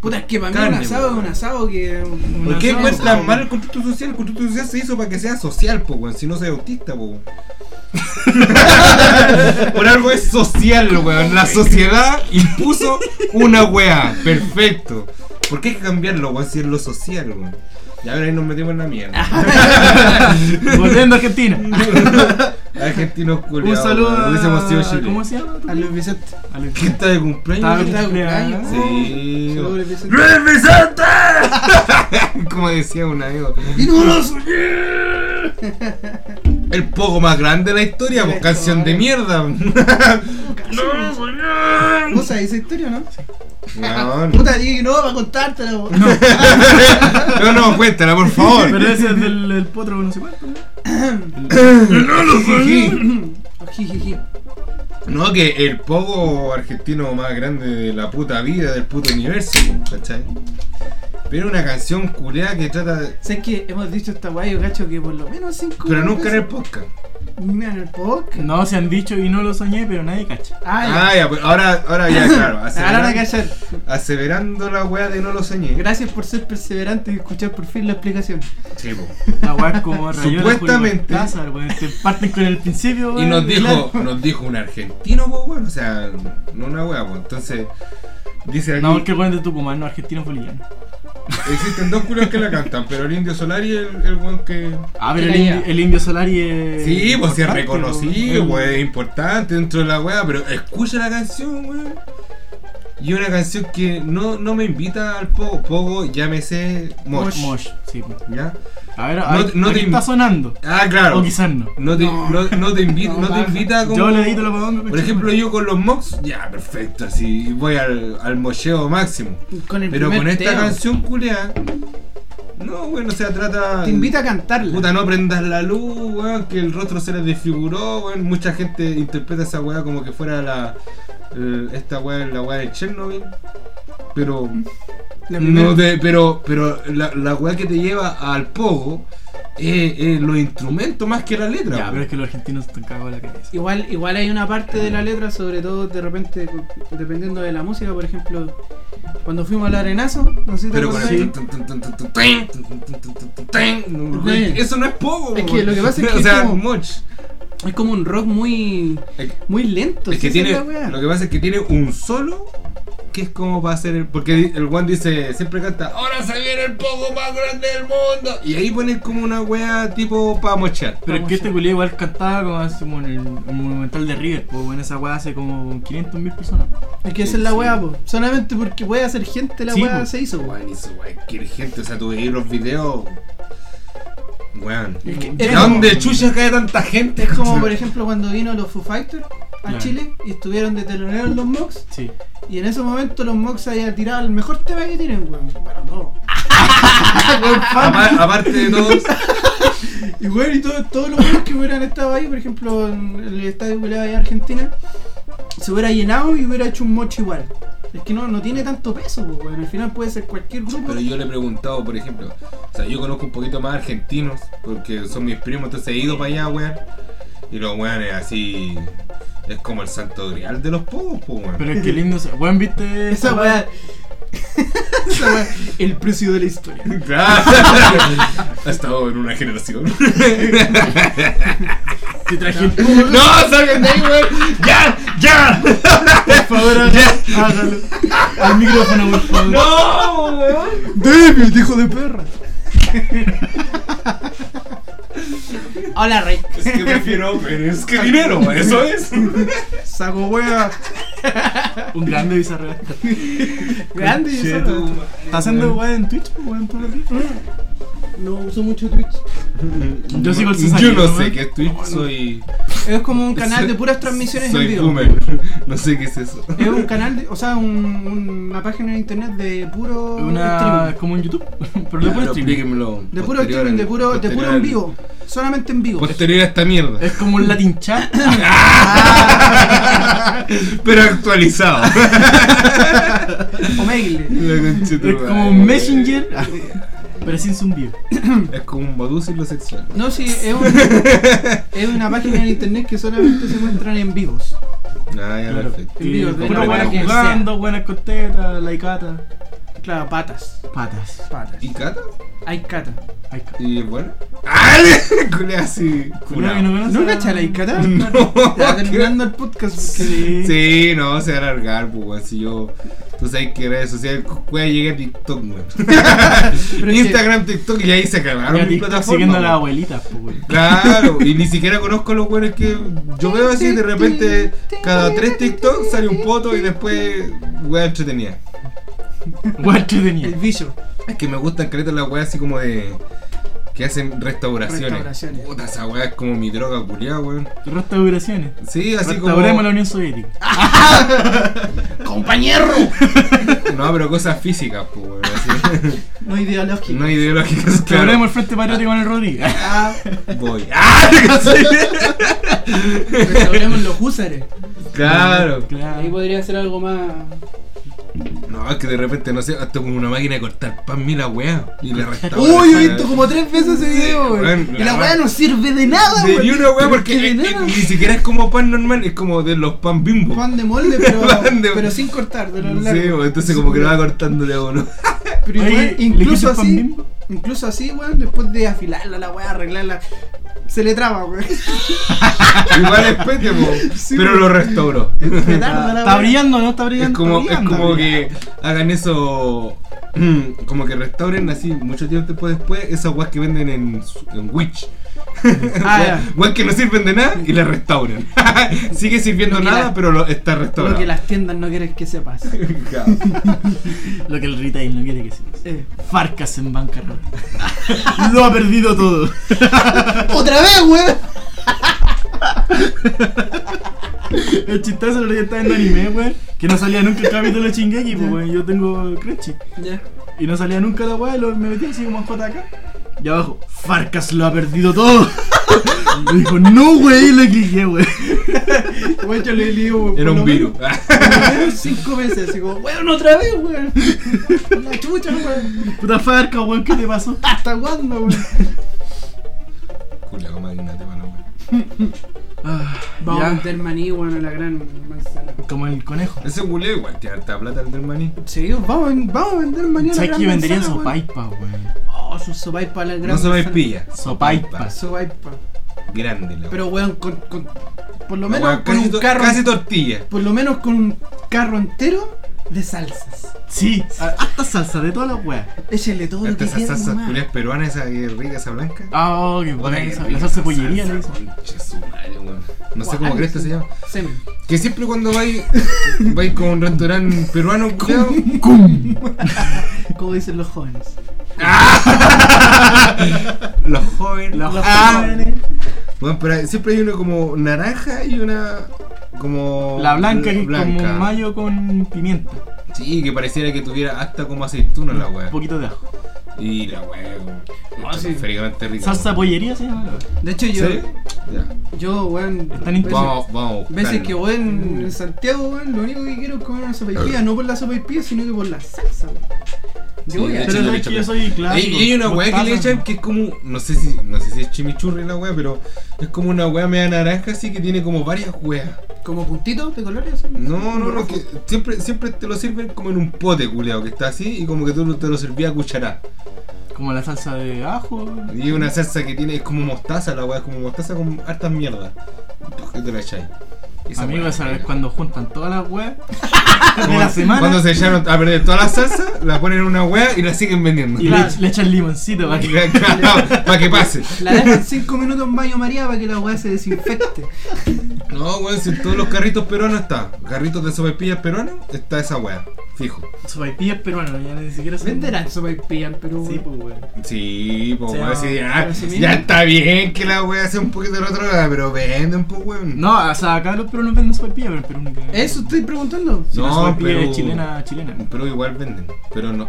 Speaker 3: Puta, es que para mí
Speaker 2: Carne,
Speaker 3: un asado
Speaker 2: weón.
Speaker 3: es un asado que.
Speaker 1: ¿Por
Speaker 2: ¿Por qué
Speaker 1: asado,
Speaker 2: encuentran
Speaker 1: po.
Speaker 2: mal el constructo social? El constructo social se hizo para que sea social, po, weón. Si no soy autista, po.
Speaker 1: <laughs>
Speaker 2: weón. Por algo es social, weón. La sociedad impuso una weá. Perfecto. ¿Por qué hay que cambiarlo, weón? Si es lo social, weón. Ya ver, ahí nos metimos en la
Speaker 1: <laughs>
Speaker 2: mierda.
Speaker 1: Volviendo
Speaker 2: <laughs>
Speaker 1: a Argentina.
Speaker 2: Argentinos
Speaker 1: un
Speaker 2: culiados.
Speaker 1: saludo
Speaker 2: weón. Hubiésemos sido
Speaker 1: a...
Speaker 2: Chile.
Speaker 1: ¿Cómo se llama?
Speaker 3: A Luis Vicente.
Speaker 1: A Luis.
Speaker 2: ¿Quién está de
Speaker 1: Estaba
Speaker 2: cumpleaños?
Speaker 1: de cumpleaños.
Speaker 2: Sí.
Speaker 3: Saludos, Luis Vicente.
Speaker 2: ¡Luis Vicente! <laughs> Como decía un amigo.
Speaker 3: ¡Y no los-
Speaker 2: El poco más grande de la historia,
Speaker 3: De la
Speaker 2: pues canción de mierda.
Speaker 4: ¡No, señor!
Speaker 3: ¿Vos sabés esa historia o no?
Speaker 2: No, no,
Speaker 3: Puta, dije que no, para contártela, weón. <laughs>
Speaker 2: no, no, cuéntala, por favor.
Speaker 1: <laughs> Pero
Speaker 2: <laughs>
Speaker 1: ese es del, del potro no sé cuánto. ¿no?
Speaker 2: Jijiji.
Speaker 3: Jijiji.
Speaker 2: No, que el poco argentino más grande de la puta vida, del puto universo, ¿cachai? Pero una canción culea que trata de...
Speaker 3: Sé que hemos dicho esta weá, yo cacho que por lo menos cinco.
Speaker 2: Pero nunca en el
Speaker 3: veces-
Speaker 2: podcast.
Speaker 3: Mira, en el podcast.
Speaker 1: No, se han dicho y no lo soñé, pero nadie cacha.
Speaker 3: Ah,
Speaker 2: Ah, ya, pues ahora, ahora ya, claro.
Speaker 3: ya. Ahora van a
Speaker 2: Aseverando,
Speaker 3: callar.
Speaker 2: aseverando la weá de no lo soñé.
Speaker 3: Gracias por ser perseverante y escuchar por fin la explicación.
Speaker 2: Sí, pues. po.
Speaker 1: La weá es como rayola
Speaker 2: Supuestamente.
Speaker 1: Casa, weón. Te parten con el principio,
Speaker 2: Y
Speaker 1: weón,
Speaker 2: nos
Speaker 1: de
Speaker 2: dijo,
Speaker 1: largo.
Speaker 2: nos dijo un argentino, pues bueno, o sea, no una wea, pues entonces dice aquí,
Speaker 1: No, porque el weón de Tucumán, no, argentino boliviano.
Speaker 2: existen dos culos que la cantan, pero el indio solar y el, el weón que.
Speaker 1: Ah, pero
Speaker 3: Que la
Speaker 1: el, indi-
Speaker 3: lleva.
Speaker 1: el indio Solari es.
Speaker 2: Sí, pues sí es
Speaker 1: importante,
Speaker 2: reconocido,
Speaker 1: weón.
Speaker 2: pues es importante dentro de la wea, pero escucha la canción, weón. Y una canción que no, no me invita al pogo, pogo, llámese Mosh.
Speaker 1: Mosh, sí. pues.
Speaker 2: ¿Ya?
Speaker 1: A ver,
Speaker 2: No-
Speaker 1: a ver,
Speaker 2: no
Speaker 1: aquí
Speaker 2: te-
Speaker 1: está sonando.
Speaker 2: Ah, claro.
Speaker 1: O quizás no.
Speaker 2: No te,
Speaker 3: No.
Speaker 2: no. no te invita,
Speaker 3: No,
Speaker 2: no, te
Speaker 3: baja.
Speaker 2: invita como.
Speaker 1: Yo le edito la podonga.
Speaker 2: Por ejemplo, yo con los mocks, ya, perfecto, así voy al, al mocheo máximo.
Speaker 3: Con el
Speaker 2: Pero
Speaker 3: primer
Speaker 2: con esta
Speaker 3: tema.
Speaker 2: canción culia, no, bueno, o sea, trata.
Speaker 3: Te invita a cantarla.
Speaker 2: Puta, no prendas la luz, weón, que el rostro se les desfiguró, weón. Mucha gente interpreta esa weá como que fuera la. el- esta weá, la weá de Chernobyl. Pero.
Speaker 3: La primera-
Speaker 2: No te- pero pero la, la weá que te lleva al pogo es es los instrumentos más que la letra.
Speaker 1: Ya,
Speaker 2: weón.
Speaker 1: pero es que los argentinos están cagados de la cabeza.
Speaker 3: Igual, igual hay una parte de la letra, sobre todo de repente, dependiendo de la música, por ejemplo, cuando fuimos al arenazo, no sé si te
Speaker 2: Pero con
Speaker 3: acordás.
Speaker 2: el tun, tun, tun, tun, tun, tun, tun, tun, tun, tun, tun, tun, no, Eso no es poco,
Speaker 3: Es que lo que pasa es que
Speaker 2: O
Speaker 3: es
Speaker 2: sea,
Speaker 3: como-
Speaker 2: much.
Speaker 3: Es como un rock muy,
Speaker 2: Es
Speaker 3: muy lento.
Speaker 2: es
Speaker 3: ¿sí?
Speaker 2: que
Speaker 3: Esa
Speaker 2: tiene.
Speaker 3: es la weá.
Speaker 2: Lo que pasa es que tiene un solo que es como para hacer el. Porque di- el Juan dice, siempre canta, ahora se viene el poco más grande del mundo. Y ahí ponen como una wea tipo para mochar.
Speaker 1: Pero es
Speaker 3: Vamos
Speaker 1: que este
Speaker 3: a-
Speaker 1: culiado igual cantaba como, hace como en el en el Monumental de River, pues bueno, esa weá hace como 500 mil personas.
Speaker 3: Es que esa es la
Speaker 2: Sí.
Speaker 3: weá, po. Solamente porque puede hacer gente, la
Speaker 1: Sí,
Speaker 3: weá
Speaker 1: po.
Speaker 3: se
Speaker 2: <laughs>
Speaker 3: hizo, weá.
Speaker 2: Weón, hizo cualquier gente, o sea, tú veis los videos. Weón.
Speaker 3: Es que-
Speaker 2: ¿De
Speaker 3: es como-
Speaker 2: dónde chucha cae tanta gente?
Speaker 3: Es
Speaker 2: <laughs>
Speaker 3: como, por ejemplo, cuando vino los Foo Fighters a
Speaker 1: Claro.
Speaker 3: Chile y estuvieron de teloneros los Mox.
Speaker 1: Sí.
Speaker 3: Y en ese momento los Mox habían tirado el mejor tema que tienen, weón. Para todos. Weón, fan.
Speaker 2: Apar- Aparte de todos.
Speaker 3: Y bueno, y todo- todos los buenos que hubieran estado ahí, por ejemplo, en el estadio que ahí en Argentina, se hubiera llenado y hubiera hecho un mocho igual. Es que no, no tiene tanto peso, pues, weón. Al final puede ser cualquier grupo.
Speaker 2: Pero yo le he preguntado, por ejemplo, o sea, yo conozco un poquito más argentinos, porque son mis primos, entonces he ido para allá, weón. Y los weones así. Es como el santo grial de los pocos, po, weón. <laughs>
Speaker 1: Pero es que lindo. se- Weón, viste.
Speaker 3: Esa
Speaker 1: weá?
Speaker 3: weá. <laughs> Esa weá. El precio de la historia.
Speaker 2: Claro. ha estado en una generación.
Speaker 1: Te traje
Speaker 2: ¡No! <laughs> ¡Salgan de ahí, weón! ¡Ya! ¡Ya! <laughs>
Speaker 1: Por favor, hágalo. hágalo. Al micrófono, por favor.
Speaker 2: ¡No! weón!
Speaker 3: ¡David, hijo de perra! Hola, rey.
Speaker 2: Es que prefiero, pero es que dinero, eso es.
Speaker 3: Saco weá.
Speaker 1: Un grande bizarreo.
Speaker 3: Grande y
Speaker 1: Conche
Speaker 3: eso.
Speaker 1: tu madre, ¿Estás haciendo weá en Twitch, po, weón, todos los días?
Speaker 3: No uso mucho Twitch.
Speaker 1: Yo sigo el
Speaker 2: Yo
Speaker 1: cesario,
Speaker 2: no
Speaker 1: weón.
Speaker 2: sé qué es Twitch, soy.
Speaker 3: Es como un canal de puras transmisiones en
Speaker 2: Soy
Speaker 3: vivo.
Speaker 2: boomer. No sé qué es eso.
Speaker 3: Es un canal, de- o sea, un- una página en internet de puro
Speaker 1: Una.
Speaker 3: streaming.
Speaker 1: como en YouTube. <laughs> Pero de puro streaming.
Speaker 2: explíquemelo.
Speaker 3: De puro streaming, de puro, de puro en vivo. Solamente en vivo.
Speaker 2: Posterior a esta mierda.
Speaker 1: <laughs>
Speaker 2: <laughs>
Speaker 1: Es como un Latin chat.
Speaker 2: Pero actualizado.
Speaker 3: O mail.
Speaker 2: La conchetumare.
Speaker 1: Es como un Messenger.
Speaker 2: eh,
Speaker 1: ah, Pero sin zumbido.
Speaker 2: Es como un modus y lo sexual.
Speaker 3: No, sí,
Speaker 2: <laughs>
Speaker 3: es, un- es una página en internet que solamente se muestran en vivos.
Speaker 2: Ah, ya
Speaker 1: Claro.
Speaker 2: perfecto.
Speaker 1: Y
Speaker 3: Puro
Speaker 1: Puro
Speaker 2: buena
Speaker 1: buenas
Speaker 2: que
Speaker 1: jugando, buenas costetas, laicata.
Speaker 3: Claro, patas.
Speaker 1: Patas.
Speaker 3: Patas.
Speaker 2: ¿Y Cata?
Speaker 3: Hay cata.
Speaker 1: Ay, ca-
Speaker 2: ¿Y es bueno? ¡Ah! <laughs> Culé así.
Speaker 1: Culiao que
Speaker 2: curado.
Speaker 1: conoce
Speaker 3: ¿No
Speaker 1: a-
Speaker 3: cacha la
Speaker 2: <laughs>
Speaker 3: Icata?
Speaker 2: No.
Speaker 3: Ya terminando el podcast. porque-
Speaker 1: Sí.
Speaker 2: Sí, no, se va a alargar, pues, weón. Si yo. Tú sabes que redes sociales, weón, llegué a TikTok, weón.
Speaker 3: Pero es que-
Speaker 2: Instagram, TikTok, y ahí se
Speaker 1: Y
Speaker 2: cagaron
Speaker 1: a
Speaker 2: mi
Speaker 1: ti,
Speaker 2: plataforma.
Speaker 1: siguiendo a las
Speaker 2: weón.
Speaker 1: abuelitas, po, weón.
Speaker 2: Claro, y ni siquiera conozco a los weones que yo veo así de repente cada tres TikTok sale un poto y después weá entretenida.
Speaker 1: Weón, entretenida.
Speaker 3: El vicio.
Speaker 2: Es que me gustan caretas las weas así como de que hacen restauraciones.
Speaker 3: Restauraciones.
Speaker 2: Puta, esa weá es como mi droga culiada, weón.
Speaker 1: Restauraciones.
Speaker 2: Sí, así como. Ah,
Speaker 1: Restauremos la Unión Soviética.
Speaker 3: ¡Compañero!
Speaker 2: No, pero cosas físicas, pues, weón.
Speaker 3: <laughs>
Speaker 2: así.
Speaker 3: No ideológico.
Speaker 2: No ideológicas,
Speaker 1: Restauremos
Speaker 2: claro.
Speaker 1: el Frente Patriótico con el Rodríguez.
Speaker 3: Ah,
Speaker 2: Voy. <laughs> ¡Ah!
Speaker 3: restauremos los húsares.
Speaker 2: Claro.
Speaker 3: Ahí
Speaker 1: <laughs> Claro.
Speaker 3: podría ser algo más.
Speaker 2: No, es que de repente, no sé, hasta como una máquina de cortar pan, mira la weá. Y le restaura.
Speaker 3: Uy, he visto como tres veces ese video,
Speaker 2: Bueno,
Speaker 3: weón. Y
Speaker 2: la
Speaker 3: la weá
Speaker 2: weá.
Speaker 3: no sirve de nada,
Speaker 2: De
Speaker 3: weón.
Speaker 2: ni una weá
Speaker 3: Pero
Speaker 2: porque
Speaker 3: es que
Speaker 2: eh,
Speaker 3: de
Speaker 2: eh,
Speaker 3: nada.
Speaker 2: ni siquiera es como pan normal, es como de los pan bimbo.
Speaker 3: Pan de molde, pero,
Speaker 2: <laughs> Pan de-
Speaker 3: pero sin cortar, de lo
Speaker 2: sí,
Speaker 3: largo.
Speaker 2: pues, entonces como que lo va cortándole a uno. <laughs>
Speaker 3: Pero
Speaker 1: Oye,
Speaker 3: igual,
Speaker 1: ¿le
Speaker 3: incluso
Speaker 1: quitas pan
Speaker 3: así,
Speaker 1: bimbo?
Speaker 3: incluso así, weón, después de afilarla la weá, arreglarla, se le traba, weón. <laughs>
Speaker 2: Igual es pete, po,
Speaker 3: Sí,
Speaker 2: pero
Speaker 3: pues.
Speaker 2: lo restauró.
Speaker 3: Se tarda la
Speaker 1: Está
Speaker 3: weá.
Speaker 1: brillando, ¿no? Está brillando.
Speaker 2: Es como, es
Speaker 1: está brillando,
Speaker 2: como que
Speaker 1: brillando.
Speaker 2: hagan eso, <clears throat> como que restauren así mucho tiempo después esas weas que venden en, en Witch.
Speaker 3: Ah,
Speaker 2: Weas-
Speaker 3: ya.
Speaker 2: weas que no sirven de nada y las restauran. <laughs> Sigue sirviendo
Speaker 3: Lo que
Speaker 2: nada,
Speaker 3: la-
Speaker 2: pero lo, está
Speaker 3: Lo
Speaker 2: restaurado. <laughs>
Speaker 3: que las tiendas no quieren que
Speaker 1: <laughs>
Speaker 3: sepas.
Speaker 1: Lo que el retail no quiere que sepas.
Speaker 3: Eh.
Speaker 1: Farcas en bancarrota. <laughs> Lo ha perdido todo.
Speaker 3: ¡Otra vez, weón!
Speaker 1: El chistazo lo que está en anime, weón. Que no salía nunca el capítulo de Chingeki, pues, weón. Yo tengo Crunchy.
Speaker 3: Ya.
Speaker 1: Y no salía nunca la weá, y lo- me metí así como en jota acá. Y abajo, Farcas lo ha perdido todo. <laughs> Y dijo, no, wey, le cliqué, wey.
Speaker 3: Weón, yo le digo, weón,
Speaker 2: Era
Speaker 3: <laughs> por
Speaker 2: un
Speaker 3: lo
Speaker 2: virus. <laughs>
Speaker 3: menos- por lo menos Cinco veces, así como, weón, otra vez,
Speaker 1: <laughs>
Speaker 3: weón. La chucha, weón.
Speaker 1: Puta Farca, weón, ¿qué te <laughs> pasó?
Speaker 3: ¿Hasta cuándo, weón?
Speaker 2: Culeado, imagínate, mano, wea.
Speaker 1: Ah,
Speaker 3: Vamos
Speaker 1: Ya.
Speaker 3: a meter maní, weón, a la gran manzana.
Speaker 1: Como el conejo.
Speaker 2: Ese culeo igual tiene harta plata el del maní.
Speaker 3: Sí, vamos, a- vamos a vender maní a la
Speaker 1: ¿Sabes
Speaker 3: gran
Speaker 1: que venderían
Speaker 3: manzana, weón.
Speaker 1: sopaipa, weón?
Speaker 3: Oh, su sopaipa a la gran
Speaker 2: No se va a ir
Speaker 3: manzana.
Speaker 2: pilla.
Speaker 1: Sopaipa.
Speaker 3: Sopaipa.
Speaker 2: Grande, la
Speaker 3: Pero weón, con, con- por lo
Speaker 2: La
Speaker 3: menos
Speaker 2: weá,
Speaker 3: con
Speaker 2: casi,
Speaker 3: un
Speaker 2: to-
Speaker 3: carro.
Speaker 2: casi tortilla.
Speaker 3: Por lo menos con un carro entero de salsas.
Speaker 1: Sí, a- hasta salsa de todas las weas.
Speaker 3: Échele todo lo
Speaker 2: Hasta
Speaker 3: que
Speaker 2: esas
Speaker 3: quiera.
Speaker 2: salsas
Speaker 3: nomás.
Speaker 2: culias peruanas, esa que es rica, esa blanca.
Speaker 1: Ah, oh, qué
Speaker 2: Puta,
Speaker 1: buena
Speaker 2: qué
Speaker 1: esa.
Speaker 2: rica
Speaker 1: La salsa
Speaker 2: esa
Speaker 1: de pollería, le
Speaker 2: salsa,
Speaker 1: dicen.
Speaker 2: conche su madre, weón. No sé
Speaker 3: Guau,
Speaker 2: cómo cresta se llama.
Speaker 3: Semen.
Speaker 2: Que siempre cuando vais vais con un restaurante peruano,
Speaker 1: <laughs>
Speaker 2: culiao,
Speaker 3: Como dicen los jóvenes.
Speaker 2: los jóvenes,
Speaker 1: Los
Speaker 2: ah,
Speaker 1: jóvenes.
Speaker 2: Bueno, pero siempre hay una como naranja y una como
Speaker 1: La blanca que es
Speaker 2: blanca.
Speaker 1: como mayo con pimienta.
Speaker 2: Sí, que pareciera que tuviera hasta como aceituna la
Speaker 1: Un
Speaker 2: weá.
Speaker 1: poquito de ajo.
Speaker 2: Y la weá, weón.
Speaker 3: Ah, sí.
Speaker 2: Estratosféricamente rica.
Speaker 1: Salsa
Speaker 2: weón.
Speaker 1: pollería se
Speaker 2: Eh,
Speaker 1: llama la wea.
Speaker 3: De hecho, yo,
Speaker 2: ¿Sí? Ya.
Speaker 3: yo weón.
Speaker 1: Están
Speaker 3: veces-
Speaker 2: Vamos, vamos. a
Speaker 3: Veces
Speaker 2: buscarlo.
Speaker 3: que voy en, en Santiago, weón, lo único que quiero es comer una sopaipilla, no por la sopaipilla, sino que por la salsa, weón.
Speaker 2: Sí,
Speaker 3: Yo voy a-
Speaker 2: de hecho,
Speaker 1: Pero
Speaker 2: le
Speaker 1: sabes
Speaker 2: echan
Speaker 1: que yo
Speaker 2: la-
Speaker 1: soy clásico.
Speaker 2: Hay, hay una weá que le
Speaker 1: Mostaza.
Speaker 2: echan que es como, no sé si, no sé si es chimichurri la weá, pero es como una weá media naranja así que tiene como varias weas.
Speaker 3: Como puntitos de colores. así.
Speaker 2: No, no, no,
Speaker 3: Rojo.
Speaker 2: que siempre, siempre te lo sirven como en un pote, culeado, que está así y como que tú te lo servías a cuchará.
Speaker 1: Como la salsa de ajo.
Speaker 2: Y es una salsa que tiene, es como mostaza la weá, es como mostaza con hartas mierdas. ¿Qué te la echáis?
Speaker 1: Amigo,
Speaker 2: weá
Speaker 1: esa es
Speaker 2: buena.
Speaker 1: cuando juntan todas
Speaker 2: <laughs>
Speaker 1: las weas de
Speaker 2: Como
Speaker 1: la semana.
Speaker 2: Cuando se echaron a perder toda la salsa, la ponen en una weá y la siguen vendiendo.
Speaker 1: Y le, le echan limoncito para que.
Speaker 2: <laughs>
Speaker 1: <laughs>
Speaker 2: Para que pase.
Speaker 3: La dejan 5 minutos en baño María para que la weá se desinfecte.
Speaker 2: No, No, weón, si en todos los carritos peruanos está. Carritos de sopaipillas peruanos, está esa weá. Fijo.
Speaker 1: Sopaipillas peruanas, ya ni siquiera son.
Speaker 3: Venderán sopa y pilla en Perú.
Speaker 1: Sí, pues, weón.
Speaker 2: Sí, pues
Speaker 1: Sí,
Speaker 2: weón,
Speaker 1: no,
Speaker 2: sí, ya,
Speaker 1: pero sí
Speaker 2: ya
Speaker 1: mismo.
Speaker 2: está bien que la weá sea un poquito de la otra weá, pero vende un poco, weón.
Speaker 1: No, o sea, acá los peruanos venden sopaipillas, pero en Perú no cagan.
Speaker 3: Eso estoy preguntando.
Speaker 1: Si
Speaker 2: No,
Speaker 1: la sopaipilla
Speaker 2: pero-
Speaker 1: es chilena, chilena.
Speaker 2: Pero igual venden. Pero no, eh,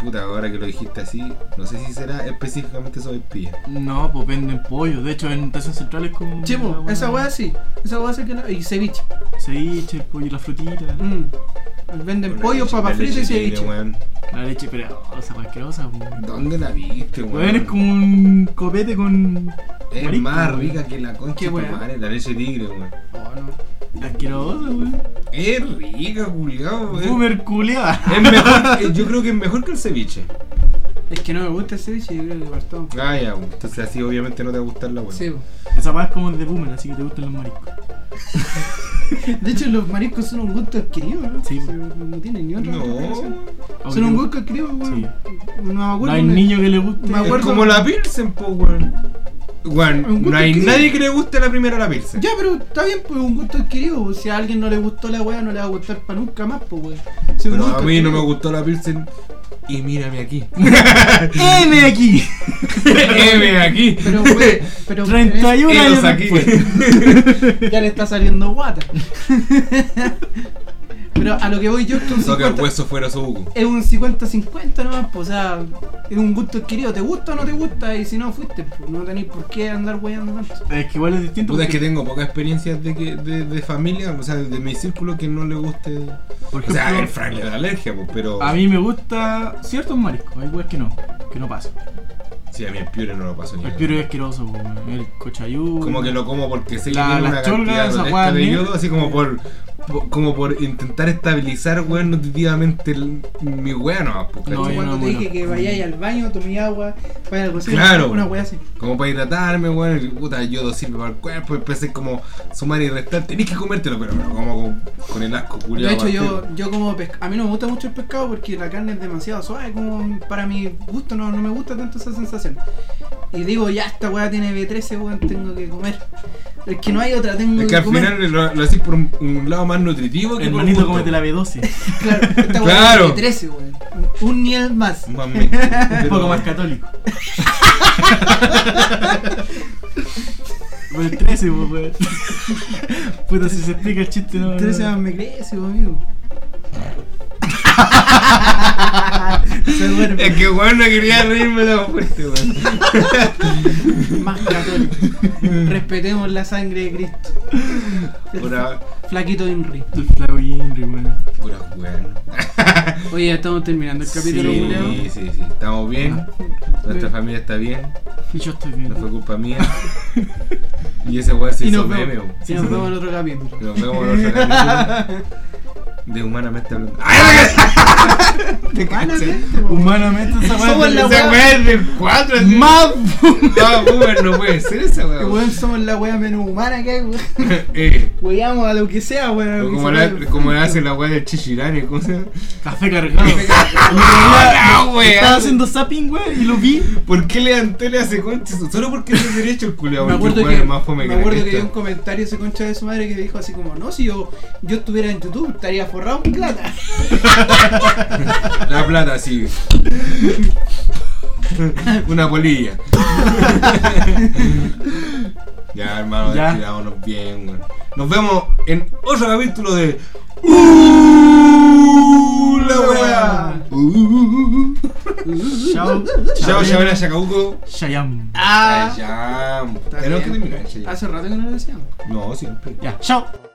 Speaker 2: puta, ahora que lo dijiste así, no sé si será específicamente sopaipillas.
Speaker 1: No, pues venden pollo. De hecho, en estaciones centrales como.
Speaker 2: pues,
Speaker 3: Chivo, esa weá sí. Esa weá sí que no. Y ceviche.
Speaker 1: Ceviche, el pollo, la frutita.
Speaker 3: Mm. Venden pollo, papas fritas y ceviche.
Speaker 1: La leche pegajosa, cualquierosa. weón.
Speaker 2: ¿Dónde la viste, weón?
Speaker 1: Weón, es como un copete con.
Speaker 2: Es
Speaker 1: marisco,
Speaker 2: más
Speaker 1: weón.
Speaker 2: rica que la concha
Speaker 3: Qué
Speaker 2: de tu
Speaker 3: weón.
Speaker 2: madre, la leche tigre, weón.
Speaker 3: Oh, no.
Speaker 1: Asquerosa, weón.
Speaker 2: Es rica, culiao, weón.
Speaker 1: Boomer culeada.
Speaker 2: Es mejor, eh, yo creo que es mejor que el ceviche.
Speaker 3: Es que no me gusta el ceviche, yo creo que partó.
Speaker 2: Ah, ya, weón. Entonces así obviamente no te va a gustar la weón.
Speaker 3: Sí, po.
Speaker 1: Esa weá es como de boomer, así que te gustan los mariscos.
Speaker 3: De hecho, los mariscos son un gusto adquirido, ¿no?
Speaker 1: Sí, po.
Speaker 3: Se- No tienen ni otra.
Speaker 2: No,
Speaker 3: explicación. Son un gusto adquirido,
Speaker 1: Sí.
Speaker 3: weón. No me
Speaker 1: No
Speaker 3: acuerdo.
Speaker 1: hay
Speaker 3: me-
Speaker 1: niño que le guste.
Speaker 3: Me
Speaker 2: es
Speaker 3: acuerdo-
Speaker 2: como <laughs> la Pilsen, po, weón. Weón,
Speaker 3: Un
Speaker 2: no
Speaker 3: gusto
Speaker 2: hay
Speaker 3: que-
Speaker 2: nadie que le guste la primera la Pilsen.
Speaker 3: Ya, pero está bien, pues un gusto adquirido. po. Si a alguien no le gustó la weá, no le va a gustar para nunca más, pues weón. Si un
Speaker 2: Pero
Speaker 3: gusto
Speaker 2: a mí no me
Speaker 3: adquirido.
Speaker 2: gustó la Pilsen. Y mírame
Speaker 3: <laughs>
Speaker 2: aquí.
Speaker 1: ¡M ¡Eh, aquí!
Speaker 2: M aquí.
Speaker 3: Pero, weón,
Speaker 1: <laughs>
Speaker 2: <laughs>
Speaker 3: pero
Speaker 1: 31 años
Speaker 2: Elos aquí. <laughs>
Speaker 1: después.
Speaker 3: ya le está saliendo guata. pero a lo que voy yo es que un
Speaker 2: No que el
Speaker 3: 50
Speaker 2: hueso fuera su
Speaker 3: es un 50-50 nomás, pues, o sea, es un gusto adquirido. ¿Te gusta o no te gusta? Y si no fuiste, pues no tenéis por qué andar weyando tanto.
Speaker 1: Es que igual es distinto.
Speaker 2: Puta, es
Speaker 1: porque-
Speaker 2: que tengo pocas experiencias de, que, de, de familia, o sea, de mi círculo que no le guste.
Speaker 1: por
Speaker 2: O sea, a
Speaker 1: ejemplo,
Speaker 2: ver, Frank le da alergia, pues, pero.
Speaker 1: a mí me gusta ciertos mariscos, hay weas que no, que no pasa.
Speaker 2: Sí, a mí el piure no lo paso ni
Speaker 1: El
Speaker 2: nada.
Speaker 1: piure es asqueroso, weón. el cochayú.
Speaker 2: Como que lo como porque sé que
Speaker 1: La-
Speaker 2: tiene
Speaker 1: las
Speaker 2: una
Speaker 1: cholgas,
Speaker 2: cantidad
Speaker 1: esas
Speaker 2: grotesca
Speaker 1: hueás
Speaker 2: de
Speaker 1: negras.
Speaker 2: yodo, así como por, por- como por intentar estabilizar, weón, nutritivamente el- mi weá no, pues,
Speaker 1: No,
Speaker 2: ¿cachai?
Speaker 1: yo
Speaker 3: cuando te dije
Speaker 1: bueno.
Speaker 3: que vayáis al baño, tomé agua, vayas al cocina,
Speaker 2: Claro.
Speaker 3: una weá así.
Speaker 2: Como para hidratarme, weón, y puta, el yodo sirve para el cuerpo, empecé como sumar y restar, tenés que comértelo, pero no como con, con el asco, culiado.
Speaker 3: De hecho, yo, yo como pescado. A mí no me gusta mucho el pescado porque la carne es demasiado suave, como para mi gusto, no, no me gusta tanto esa sensación. Y digo, ya, esta weá tiene B13, weón, tengo que comer. Es que no hay otra, tengo
Speaker 2: Es que
Speaker 3: que
Speaker 2: al
Speaker 3: mm, comer.
Speaker 2: final lo, lo hacís por un, un lado más nutritivo que por
Speaker 1: Hermanito,
Speaker 2: gusto.
Speaker 1: comete la
Speaker 2: <laughs>
Speaker 1: B12.
Speaker 3: Claro, esta weá
Speaker 2: Claro.
Speaker 3: tiene B13, weón. Un nivel más.
Speaker 2: Más me- pero-
Speaker 1: Un poco más católico. Por el 13, po, weón. Puta, si se explica el chiste, no.
Speaker 3: 13 más me crece, weón, amigo. <laughs>
Speaker 2: <laughs>
Speaker 3: Se duerme.
Speaker 2: Es que weón no quería reírme la fuerte, weón.
Speaker 3: Más católico. Respetemos la sangre de Cristo. El
Speaker 2: Pura,
Speaker 3: Flaquito Inri.
Speaker 1: El Flaco Henry, weón.
Speaker 2: pura weón.
Speaker 3: Oye, ya estamos terminando el capítulo,
Speaker 1: Sí.
Speaker 3: culiao.
Speaker 2: Sí, sí, sí. Estamos bien. Nuestra familia está bien.
Speaker 1: Y yo estoy
Speaker 2: No fue
Speaker 1: bien.
Speaker 2: culpa
Speaker 3: <laughs>
Speaker 2: mía. Y ese weón se
Speaker 3: Y
Speaker 2: hizo
Speaker 3: nos
Speaker 2: meme.
Speaker 3: vemos,
Speaker 2: weón.
Speaker 3: y nos vemos en
Speaker 2: <laughs>
Speaker 3: otro capítulo.
Speaker 2: Nos vemos en otro capítulo De humanamente
Speaker 3: <laughs>
Speaker 2: hablando. ¡Ay,
Speaker 3: Te
Speaker 1: Humanamente, esa weá.
Speaker 3: Somos
Speaker 1: es
Speaker 3: la
Speaker 1: del-
Speaker 2: Esa weá es del 4
Speaker 1: Más
Speaker 2: No, boomer, no puede ser esa
Speaker 3: Que
Speaker 2: weón.
Speaker 3: weón somos la wea menos humana que hay, weón.
Speaker 2: <laughs> Eh,
Speaker 3: Weyamos a lo que sea, weón. a lo que
Speaker 2: como,
Speaker 3: se
Speaker 2: la,
Speaker 3: pueda.
Speaker 2: como la hace la weá del Chichirane, ¿cómo
Speaker 3: <laughs>
Speaker 2: se llama?
Speaker 1: Café cargado.
Speaker 2: ¡Hola,
Speaker 1: Estaba
Speaker 2: weón!
Speaker 1: haciendo zapping, weón, y lo vi.
Speaker 2: ¿Por qué le dan tele a ese conche? Solo porque es derecho el culiao.
Speaker 3: Me acuerdo,
Speaker 2: porque el
Speaker 3: que,
Speaker 2: weón es más fome
Speaker 3: me
Speaker 2: la
Speaker 3: acuerdo que
Speaker 2: cresta.
Speaker 3: vi un comentario ese concha de su madre que dijo así como, no, si yo, yo estuviera en YouTube estaría forrado en plata.
Speaker 2: La plata, sí. Una polilla. ya, hermano,
Speaker 1: Ya.
Speaker 2: despidámonos bien, weón. Nos vemos en otro capítulo de. ¡Uh, la wea! Uh,
Speaker 1: Chao.
Speaker 2: Chao, Chabela Chacabuco.
Speaker 1: Shayam.
Speaker 3: Ah,
Speaker 2: Ya,
Speaker 3: Está
Speaker 2: Tenemos que
Speaker 3: bien.
Speaker 2: terminar, che.
Speaker 3: hace rato que no lo decíamos.
Speaker 2: No, siempre.
Speaker 1: Ya, chao.